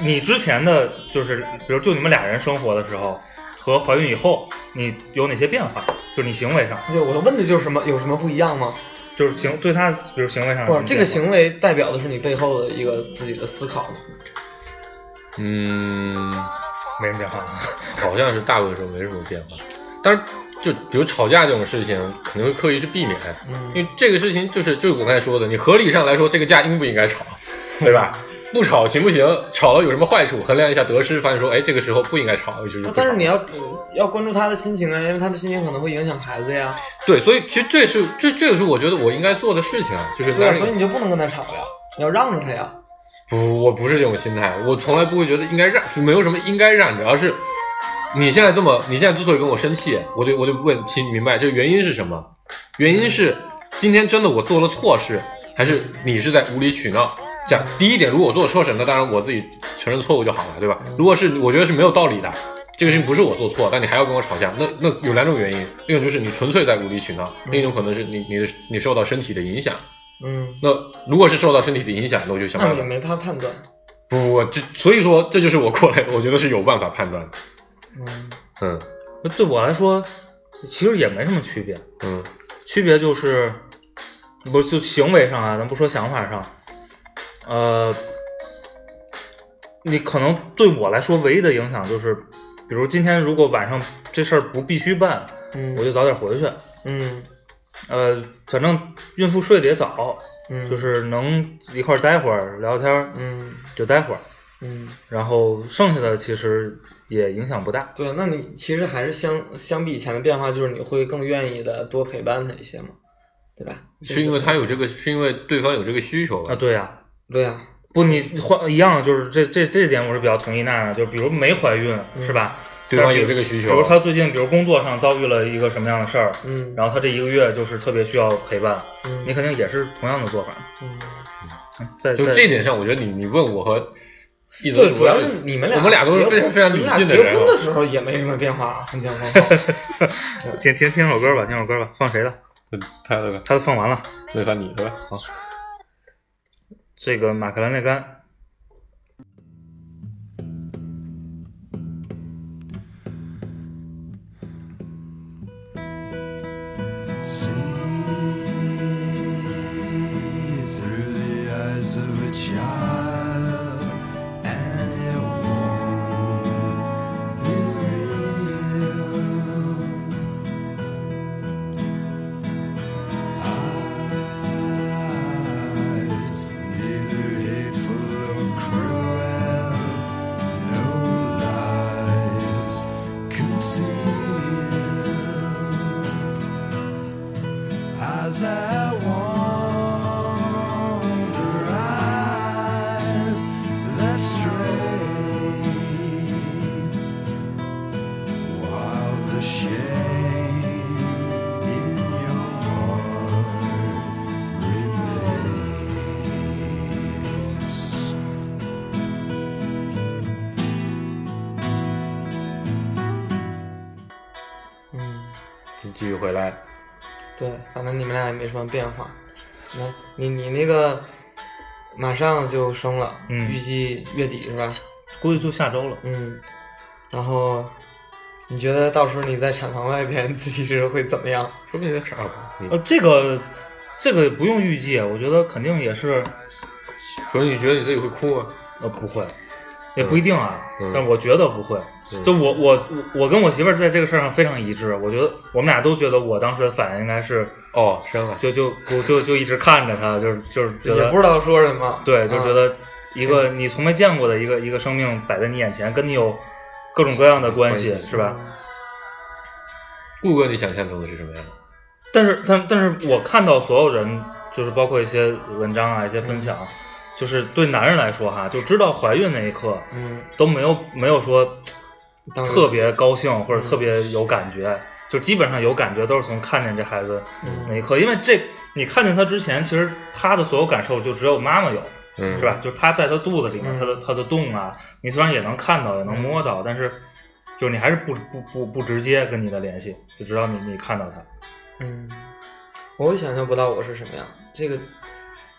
你之前的就是，比如就你们俩人生活的时候和怀孕以后，你有哪些变化？就是你行为上，对，我问的就是什么有什么不一样吗？就是行对他，比如行为上有不什，么这变个化行为代表的是你背后的一个自己的思考。嗯，没什么变化啊。好像是大部分时候没什么变化，但是就比如吵架这种事情，肯定会刻意去避免。嗯，因为这个事情就是就是我刚才说的，你合理上来说，这个架应不应该吵，对吧？不吵行不行？吵了有什么坏处？衡量一下得失，发现说，哎，这个时候不应该吵，就是不但是你吵要要关注他的心情啊，因为他的心情可能会影响孩子呀。对，所以其实这是这这个是我觉得我应该做的事情，啊，就是对啊，男所以人你就不能跟他吵呀，你要让着他呀。不，我不是这种心态，我从来不会觉得应该让，就没有什么应该让，只要是你现在这么，你现在之所以跟我生气，我得我得问清明白这个原因是什么？原因是今天真的我做了错事，还是你是在无理取闹？讲第一点，如果我做错事，那当然我自己承认错误就好了，对吧？如果是我觉得是没有道理的，这个事情不是我做错，但你还要跟我吵架，那那有两种原因，一种就是你纯粹在无理取闹，另一种可能是你你的你受到身体的影响。嗯，那如果是受到身体的影响，那我就想办那法你。没法判断。不，我这所以说这就是我过来，我觉得是有办法判断的。嗯，嗯那对我来说，其实也没什么区别，嗯区别就是，不就行为上啊，咱不说想法上，呃，你可能对我来说唯一的影响就是，比如今天如果晚上这事儿不必须办，嗯我就早点回去。嗯呃，反正孕妇睡得也早，嗯，就是能一块儿待会儿聊天儿嗯就待会儿，嗯，然后剩下的其实也影响不大。对，那你其实还是相相比以前的变化，就是你会更愿意的多陪伴他一些嘛，对吧？是因为他有这个，是因为对方有这个需求吧啊，对呀、对啊呀、不，你换一样，就是这这这点我是比较同意娜娜，就是比如没怀孕、嗯是吧？对方但是有这个需求啊比如她最近，比如工作上遭遇了一个什么样的事儿，嗯，然后她这一个月就是特别需要陪伴，嗯你肯定也是同样的做法。嗯，在就在这点上，我觉得你你问我和一泽对，主要是你们俩，我们俩都是非常非常理性的的结人婚啊。时候也没什么变化啊，很健 [LAUGHS] 康。听听听首歌吧，听首歌吧，放谁的？嗯他的吧，他都放完了，那算你的吧。好，这个马克兰列甘， See through the eyes of a child, and it won't be real. Eyes neither hateful nor cruel, no lies concealed as I wander eyes that stray while the shame in your heart remains. 嗯，你继续回来。对，反正你们俩也没什么变化。那你你那个马上就生了，嗯预计月底是吧？估计就下周了。嗯，然后你觉得到时候你在产房外边自己是会怎么样？说不定在查吧，你呃，这个这个不用预计，啊我觉得肯定也是，说你觉得你自己会哭吗？呃，不会，也不一定啊，嗯但我觉得不会。嗯就我我我我跟我媳妇儿在这个事儿上非常一致，我觉得我们俩都觉得我当时的反应应该是，哦，生了，就就我就就一直看着她，就是就是觉也得不知道说什么。对，就啊觉得一个你从没见过的一个一个生命摆在你眼前，跟你有各种各样的关系，嗯关系是吧？顾哥，你想象中的是什么样？但是但但是我看到所有人，就是包括一些文章啊，一些嗯分享，就是对男人来说哈，就知道怀孕那一刻嗯，都没有没有说当然特别高兴或者嗯特别有感觉，就基本上有感觉都是从看见这孩子嗯那一刻，因为这你看见他之前，其实他的所有感受就只有妈妈有。嗯，是吧？？就是它在它肚子里面，嗯它的它的洞啊，你虽然也能看到，也能摸到，但是就是你还是不不不不直接跟你的联系，就知道你你看到它。嗯，我想象不到我是什么样，这个，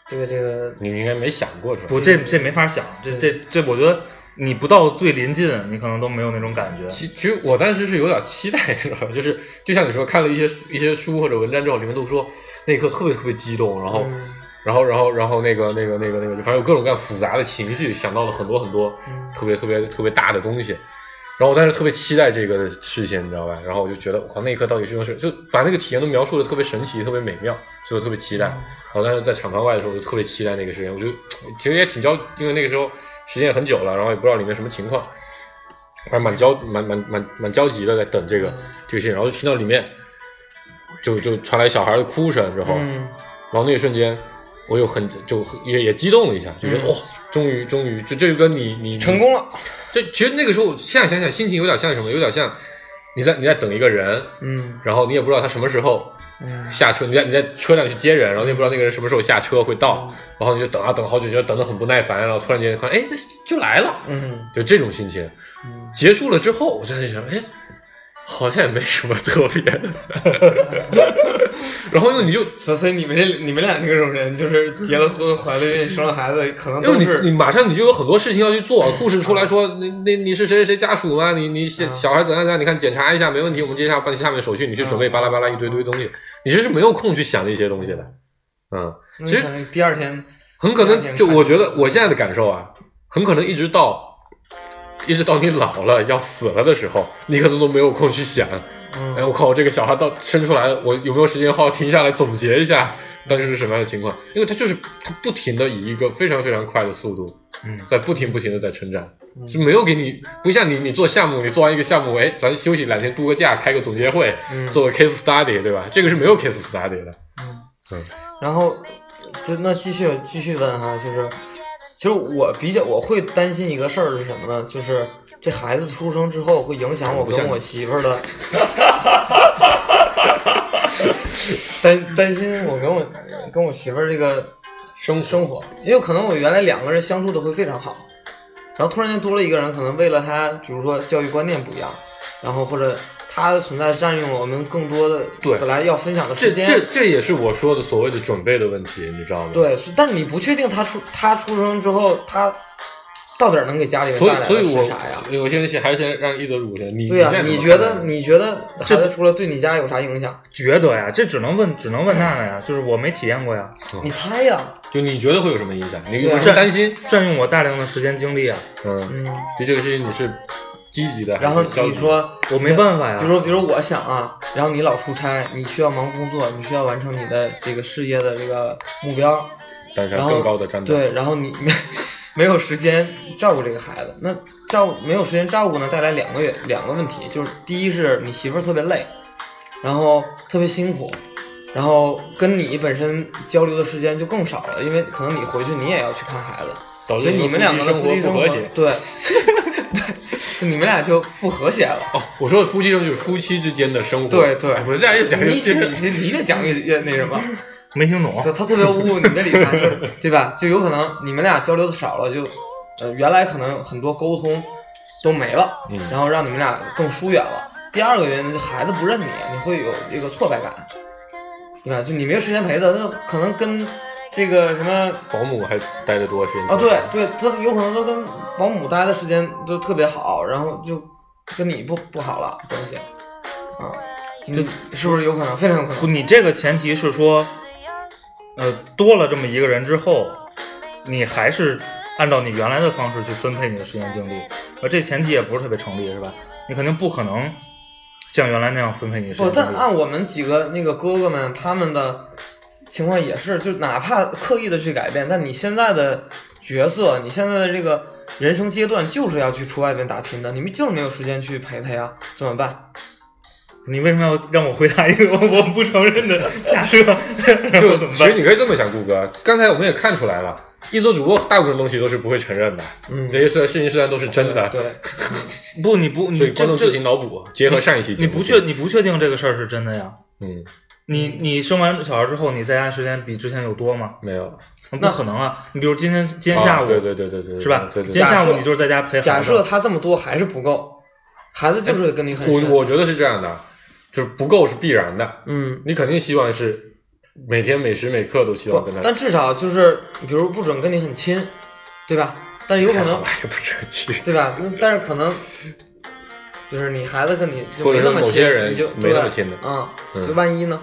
这个，这个，你们应该没想过是吧？不，这这没法想，这这这，我觉得你不到最临近，你可能都没有那种感觉。其其实我当时是有点期待，知道吧？就是就像你说，看了一些一些书或者文章之后，里面都说那一刻特别特别激动，然后、嗯然后然后然后那个那个那个那个，反正有各种各样复杂的情绪，想到了很多很多嗯特别特别特别大的东西。然后我当时特别期待这个事情，你知道吧？然后我就觉得，我靠，那一刻到底是用什就把那个体验都描述的特别神奇，特别美妙，所以我特别期待。嗯然后但是在厂房外的时候，我就特别期待那个时间，我就其实也挺焦，因为那个时候时间也很久了，然后也不知道里面什么情况，还蛮焦蛮蛮蛮蛮焦急的在等这个这个事情，然后就听到里面就就传来小孩的哭声之后，嗯然后那一瞬间，我又很就也也激动了一下，就觉得嗯哇、终于终于，这这就跟你你成功了，这其实那个时候，我现在想想，心情有点像什么？有点像你在你在等一个人，嗯然后你也不知道他什么时候嗯下车，你在你在车辆去接人，然后你也不知道那个人什么时候下车会嗯到，然后你就等啊等好久，觉得等得很不耐烦，然后突然间看，哎，这就来了，嗯就这种心情。嗯结束了之后，我就在想，哎，好像也没什么特别的， [LAUGHS] 然后又你就所所以你们这你们俩这种人，就是结了婚、怀了孕、生了孩子，可能因为都你你是马上你就有很多事情要去做，护士出来说，那那你是谁谁谁家属吗？你你小啊小孩怎样怎样？你看检查一下没问题，我们接下来办下面手续，你去啊准备巴拉巴拉一堆堆东西，你这是没有空去想这些东西的，嗯，那其实可能第二天，很可第二天能就看我觉得我现在的感受啊，很可能一直到一直到你老了要死了的时候，你可能都没有空去想，哎嗯我靠，这个小孩到生出来，我有没有时间好好停下来总结一下当时是什么样的情况？因为他就是他不停的以一个非常非常快的速度。嗯，在不停不停的在成长，嗯就没有给你不像你你做项目，你做完一个项目，哎，咱休息两天度个假，开个总结会，嗯做个 case study，对吧？这个是没有 case study 的，嗯然后就那继续继续问哈，就是其实我比较我会担心一个事儿是什么呢？就是这孩子出生之后会影响我不像跟你我媳妇儿的。担担心我跟我跟我媳妇儿这个生生活，也有可能我原来两个人相处的会非常好，然后突然间多了一个人，可能为了他，比如说教育观念不一样，然后或者他的存在占用我们更多的对本来要分享的这时间。这这也是我说的所谓的准备的问题，你知道吗？，对，所以但是你不确定他出他出生之后，他到底儿能给家里人所带以来所的以是啥呀？我我现在先还是先让一泽主先，你对呀、现在怎你么觉看得待你觉得孩子出了对你家有啥影响？觉得呀，这只能问只能问娜娜呀，就是我没体验过呀，你猜呀、就你觉得会有什么影响？你对啊有什么担心？占用我大量的时间精力啊，嗯，嗯。就这个事情你是积极的还然后是消极你的？说我没办法呀比如比如我想啊，然后你老出差，你需要忙工作，你需要完成你的这个事业的这个目标，但是然还后更高的战斗，对，然后你没 [LAUGHS] 没有时间照顾这个孩子，那照顾没有时间照顾呢，带来两个月两个问题，就是第一是你媳妇儿特别累，然后特别辛苦。然后跟你本身交流的时间就更少了，因为可能你回去你也要去看孩子，导所致以你们两个的哦夫夫妻妻生生活活不和谐。对 [LAUGHS] 对，就你们俩就不和谐了。哦，我说的夫妻生就是夫妻之间的生活。对对我这样一想，你这你个你你越讲越越那什么，没听懂。他他特别污你这里边儿，对吧？就有可能你们俩交流的少了，就呃原来可能很多沟通都没了，嗯然后让你们俩更疏远了。第二个原因，就孩子不认你，你会有这个挫败感，对吧？就你没有时间陪他，那可能跟这个什么保姆还待得多时间啊，对对，他有可能都跟保姆待的时间都特别好，然后就跟你不不好了关系，啊，你是不是有可能？非常有可不，能。你这个前提是说，呃，多了这么一个人之后，你还是按照你原来的方式去分配你的时间精力，而这前提也不是特别成立，是吧？你肯定不可能像原来那样分配你的时不，间但精力。按我们几个那个哥哥们他们的情况也是，就哪怕刻意的去改变，但你现在的角色，你现在的这个人生啊阶段，就是要去出外边打拼的，你们就是没有时间去陪他呀，怎么办？你为什么要让我回答一个 [LAUGHS] 我不承认的假设？ [LAUGHS] 然后就怎么其实办？你可以这么想，顾哥，刚才我们也看出来了，一桌主播大部分东西都是不会承认的，嗯这些虽然事情虽然都是真的，对，不，你不，你所以观这众自行这脑补，结合上一期节你目，不确你不确定这个事儿是真的呀？嗯，你你生完小孩之后，你在家时间比之前有多吗？没有，不可能啊！你比如今天今天下午啊对对对对对，对是吧？对对今天对。下假午设你就是在家陪孩子。假设他这么多还是不够，孩子就是跟你很我深哎我觉得是这样的，就是不够是必然的，嗯，你肯定希望是每天每时每刻都希望不跟他，，但至少就是比如不准跟你很亲，对吧？但是有可太小能了 [LAUGHS] 也不是很亲，对吧？那但是可能就是你孩子跟你就或没者那是么某亲，些人你就没那么亲的对吧嗯，嗯就万一呢？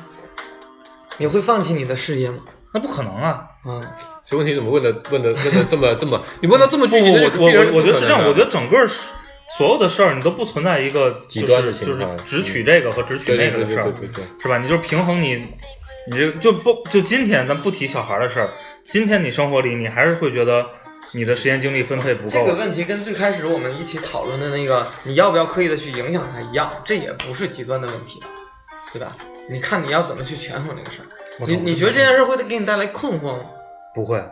你会放弃你的事业吗？那不可能啊！啊，这问题怎么问的问的问的这么这么，你问到这么具体，我那就我必然我我觉得不是可这能样，的我觉得整个是所有的事儿你都不存在一个极就端是的情就是况只取这个和只取对对那个对的对事儿对，对对，是吧？你就是平衡你，你这就不就今天咱不提小孩的事儿，今天你生活里你还是会觉得你的时间精力分配不这够。个问题跟最开始我们一起讨论的那个你要不要刻意的去影响他一样，这也不是极端的问题，对吧？你看你要怎么去权衡这个事儿？我操你你觉得这件事会给你带来困惑吗？不会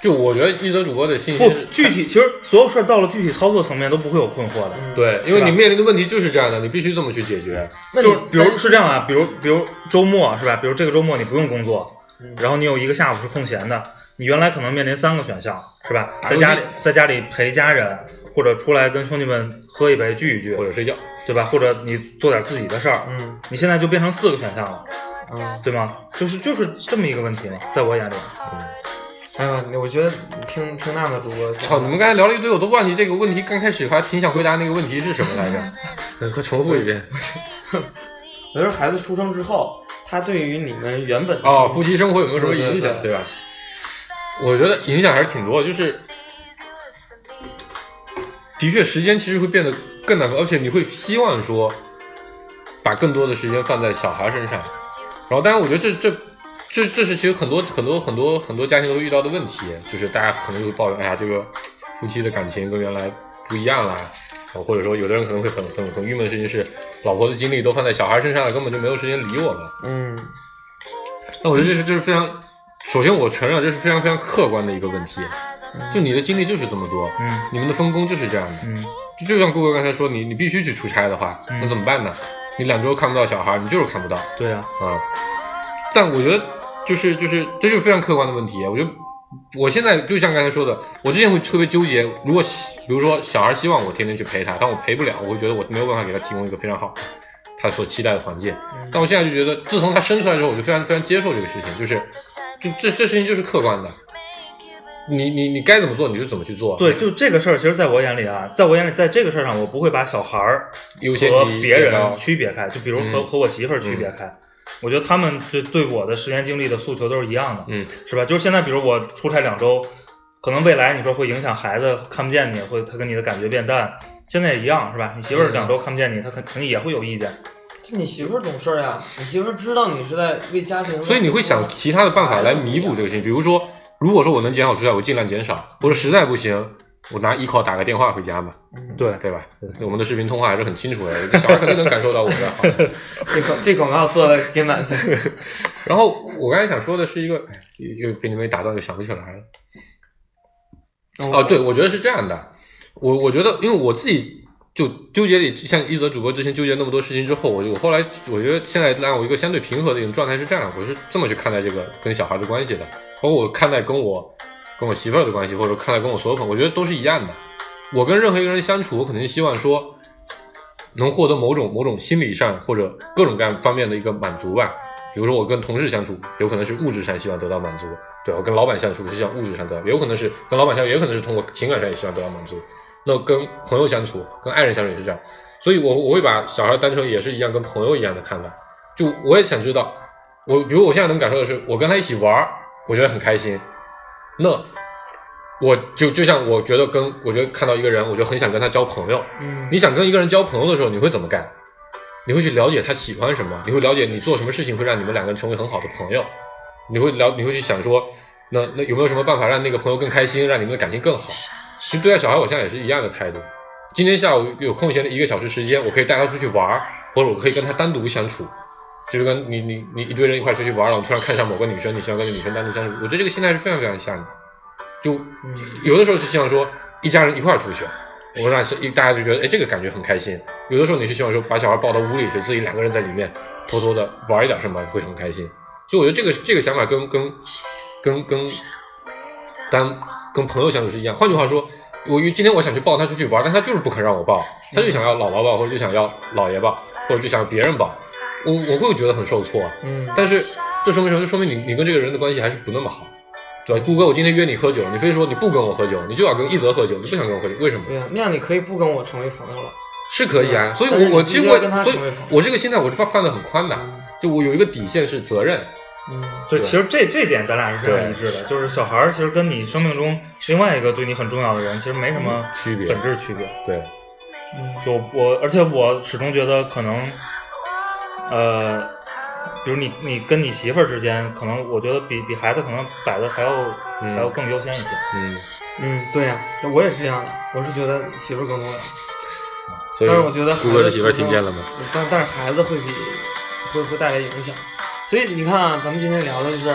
就我觉得一则主播的信不心是具体，其实所有事儿到了具体操作层面都不会有困惑的。嗯，对，因为你面临的问题就是这样的，你必须这么去解决。那你就是比如但是这样啊，比如比如周末是吧？比如这个周末你不用工作，然后你有一个下午是空闲的，你原来可能面临三个选项是吧？打在游戏家里在家里陪家人，或者出来跟兄弟们喝一杯聚一聚或，者睡觉，对吧？或者你做点自己的事儿，嗯你现在就变成四个选项了，嗯，对吗？就是就是这么一个问题嘛，在我眼里，哎呀，我觉得听听娜娜主播，操！你们刚才聊了一堆，我都忘记这个问题。刚开始还挺想回答那个问题是什么来 [LAUGHS] 着，呃快重复一遍。我觉得孩子出生之后，他对于你们原本的哦，生活夫妻生活有没有什么影响，对对对吧？我觉得影响还是挺多的，就是的确时间其实会变得更难分，而且你会希望说把更多的时间放在小孩身上。然后，当然，我觉得这这这这是其实很多很多很多很多家庭都会遇到的问题，就是大家可能就会抱怨，哎呀，这个夫妻的感情跟原来不一样啦。然后或者说，有的人可能会很很很郁闷的事情是，老婆的精力都放在小孩身上了，根本就没有时间理我们。嗯那我觉得这是这是非常，首先我承认这是非常非常客观的一个问题，就你的精力就是这么多，嗯你们的分工就是这样的。嗯，就就像顾哥刚才说，你你必须去出差的话，嗯那怎么办呢？你两周看不到小孩，你就是看不到啊、对啊，但我觉得就是就是这就是非常客观的问题。我觉得我现在就像刚才说的，我之前会特别纠结，如果比如说小孩希望我天天去陪他，但我陪不了，我会觉得我没有办法给他提供一个非常好的他所期待的环境。但我现在就觉得，自从他生出来之后，我就非常非常接受这个事情，就是，就这这事情就是客观的，你你你该怎么做你就怎么去做，对，就这个事儿，其实在我眼里啊，在我眼里，在这个事儿上，我不会把小孩儿优先和级别变人高区别开，就比如和、嗯和我媳妇儿区别开。我觉得他们对对我的时间精力的诉求都是一样的，嗯，是吧？就是现在，比如我出差两周，可能未来你说会影响孩子看不见你，或者他跟你的感觉变淡，现在也一样，是吧？你媳妇儿嗯两周看不见你，她肯肯定也会有意见，这你媳妇儿懂事儿呀，你媳妇儿知道你是在为家庭，所以你会想其他的办法来弥补这个事情，比如说，如果说我能减少出差，我尽量减少，或者实在不行，我拿 eCall 打个电话回家嘛，对，对吧？我们的视频通话还是很清楚的，我觉得小孩肯定能感受到我的好。这广这广告做的给满分。 [LAUGHS] 然后我刚才想说的是一个，哎又又被你们打断，又想不起来了。 [LAUGHS] 哦，对，我觉得是这样的。我我觉得，因为我自己就纠结里，像一泽主播之前纠结那么多事情之后，我就我后来我觉得现在让我一个相对平和的一种状态是这样，我是这么去看待这个跟小孩的关系的，包括我看待跟我跟我媳妇儿的关系，或者说看待跟我所有朋友，我觉得都是一样的。我跟任何一个人相处，我肯定希望说能获得某种某种心理上或者各种各样方面的一个满足吧。比如说我跟同事相处，有可能是物质上希望得到满足；对我跟老板相处是想物质上得到，有可能是跟老板相处，也有可能是通过情感上也希望得到满足。那跟朋友相处，跟爱人相处也是这样。所以我我会把小孩当成也是一样跟朋友一样的看待。就我也想知道，我比如我现在能感受的是，我跟他一起玩儿，我觉得很开心。那我就就像我觉得跟我觉得看到一个人，我就很想跟他交朋友。嗯，你想跟一个人交朋友的时候，你会怎么干？你会去了解他喜欢什么，你会了解你做什么事情会让你们两个人成为很好的朋友，你会了，你会去想说，那那有没有什么办法让那个朋友更开心，让你们的感情更好？其实对待小孩，我现在也是一样的态度。今天下午有空闲的一个小时时间，我可以带他出去玩儿，或者我可以跟她单独相处，就是跟你你你一堆人一块出去玩了，我突然看上某个女生，你希望跟这个女生单独相处，我觉得这个心态是非常非常吓人的。就有的时候是希望说一家人一块儿出去，啊我让是大家就觉得哎这个感觉很开心。有的时候你是希望说把小孩抱到屋里去，自己两个人在里面偷偷的玩一点什么会很开心。所以我觉得这个这个想法跟跟跟跟当跟朋友相处是一样。换句话说，我今天我想去抱他出去玩，但他就是不肯让我抱，他就想要姥姥抱，或者就想要姥爷抱，或者就想要别人抱，我我会觉得很受挫。嗯，但是这说明什么？就说明你你跟这个人的关系还是不那么好，对吧？顾哥，我今天约你喝酒，你非说你不跟我喝酒，你就要跟一泽喝酒，你不想跟我喝酒，为什么？对呀，那样你可以不跟我成为朋友了。是可以啊，对所以但是我你我必其须实要我跟他所以成为朋友我这个心态我是判断很宽的，嗯就我有一个底线是责任，嗯，对，对其实这这点咱俩是非常对一致的，就是小孩儿其实跟你生命中另外一个对你很重要的人，其实没什么嗯区别本质区别。对，嗯，就我，而且我始终觉得可能，呃，比如你你跟你媳妇儿之间，可能我觉得比比孩子可能摆的还要、嗯还要更优先一些。嗯，嗯，对呀，我也是这样的，我是觉得媳妇儿更重要。所以但是我觉得孩顾子哥的媳妇儿听见了吗？出生？但但是孩子会比会会带来影响，所以你看啊，咱们今天聊的就是，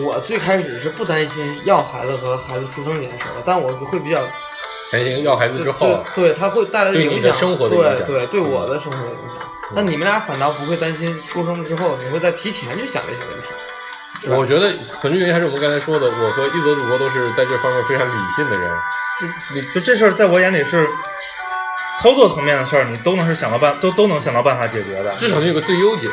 我最开始是不担心要孩子和孩子出生这件事儿的，但我会比较担心要孩子之后啊，对对它会带来对你影的响，生活的影响嗯对对对我的生活的影响。那你们俩反倒不会担心出生之后，你会在提前去想这些问题。是吧嗯我觉得本质原因还是我们刚才说的，我和一泽主播都是在这方面非常理性的人，你就这事儿，在我眼里是操作层面的事儿，你都能是想到办都都能想到办法解决的。至少你有个最优解。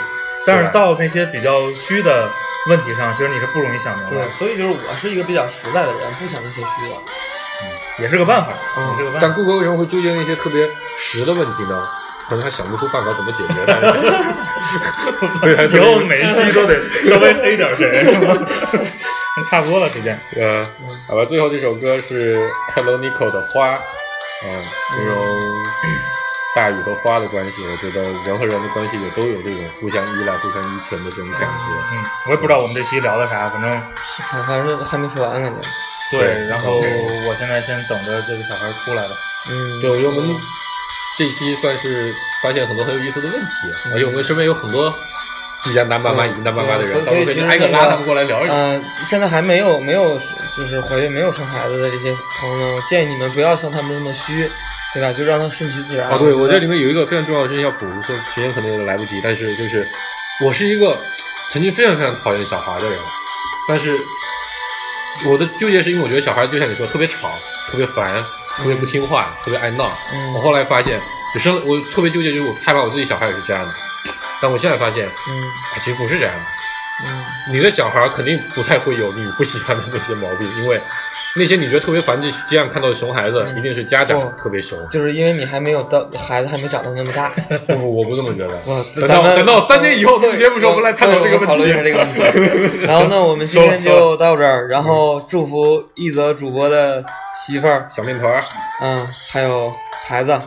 但是是吧到那些比较虚的问题上，其实你是不容易想嗯明白对，，所以就是我是一个比较实在的人，不想那些虚的。也是个办法，嗯也是个办但法。顾哥为什么会纠结那些特别实的问题呢？可能他想不出办法怎么解决，但是 [LAUGHS] 所以他以后没每一期都得稍微黑点谁， [LAUGHS] 是吗？ [LAUGHS] 差不多了，时间。呃，好吧，最后这首歌是 Hello Nico 的《花》，嗯，形容大雨和花的关系。我觉得人和人的关系也都有这种互相依赖、互相依存的这种感觉。嗯，我也不知道我们这期聊的啥，反正 [LAUGHS] 还还是还没说完感觉。对对。然后我现在先等着这个小孩出来吧。嗯，对，我觉得我们这期算是发现很多很有意思的问题，而且我们身边有很多即将当爸妈、已经当爸妈的人，对到时所候可以以其实挨个那拉个他们过来聊一聊。呃，现在还没有没有就是怀孕没有生孩子的这些朋友呢，建议你们不要像他们那么虚，对吧？就让他顺其自然。啊，对，我觉这得里面有一个非常重要的事情要补，所以时间可能有点来不及，但是就是我是一个曾经非常非常讨厌小孩的人，但是我的纠结是因为我觉得小孩就像你说，特别吵，特别烦，特别不听话，特别爱闹。嗯我后来发现，就生了我特别纠结，就是我害怕我自己小孩也是这样的，但我现在发现，啊，嗯其实不是这样的。嗯你的小孩肯定不太会有你不喜欢的那些毛病，因为那些你觉得特别烦，就这样看到的熊孩子，一定是家哦长特别熊。就是因为你还没有到孩子还没长到那么 [LAUGHS] 大。不不，我不这么觉得。哇，咱等到们等到三年以后录节目时候，我们来探讨这对个我们讨论一下问这题。个问题。然后那我们今天就到这儿，然后祝福一泽主播的媳妇儿， [LAUGHS] 小面团儿，嗯，还有孩子，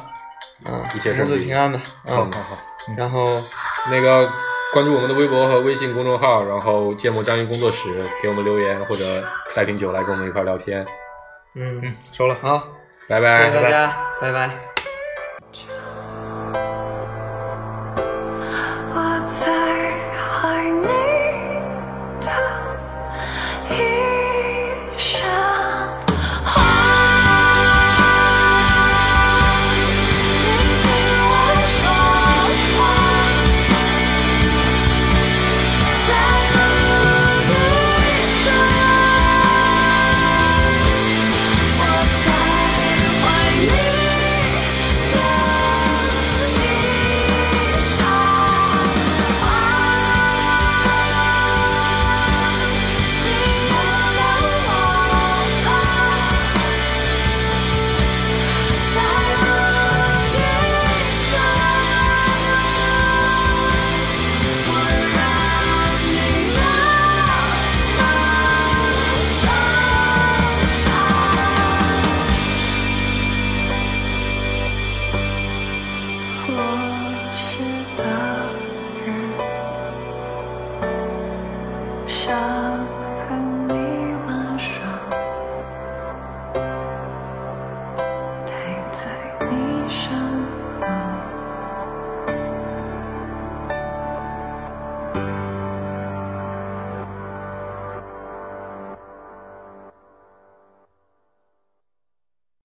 嗯，一切母顺子利平安吧，好嗯，好好，然后那个关注我们的微博和微信公众号，然后芥末章鱼工作室给我们留言或者带瓶酒来跟我们一块儿聊天，嗯，嗯，收了。好，拜谢拜谢大家，拜拜。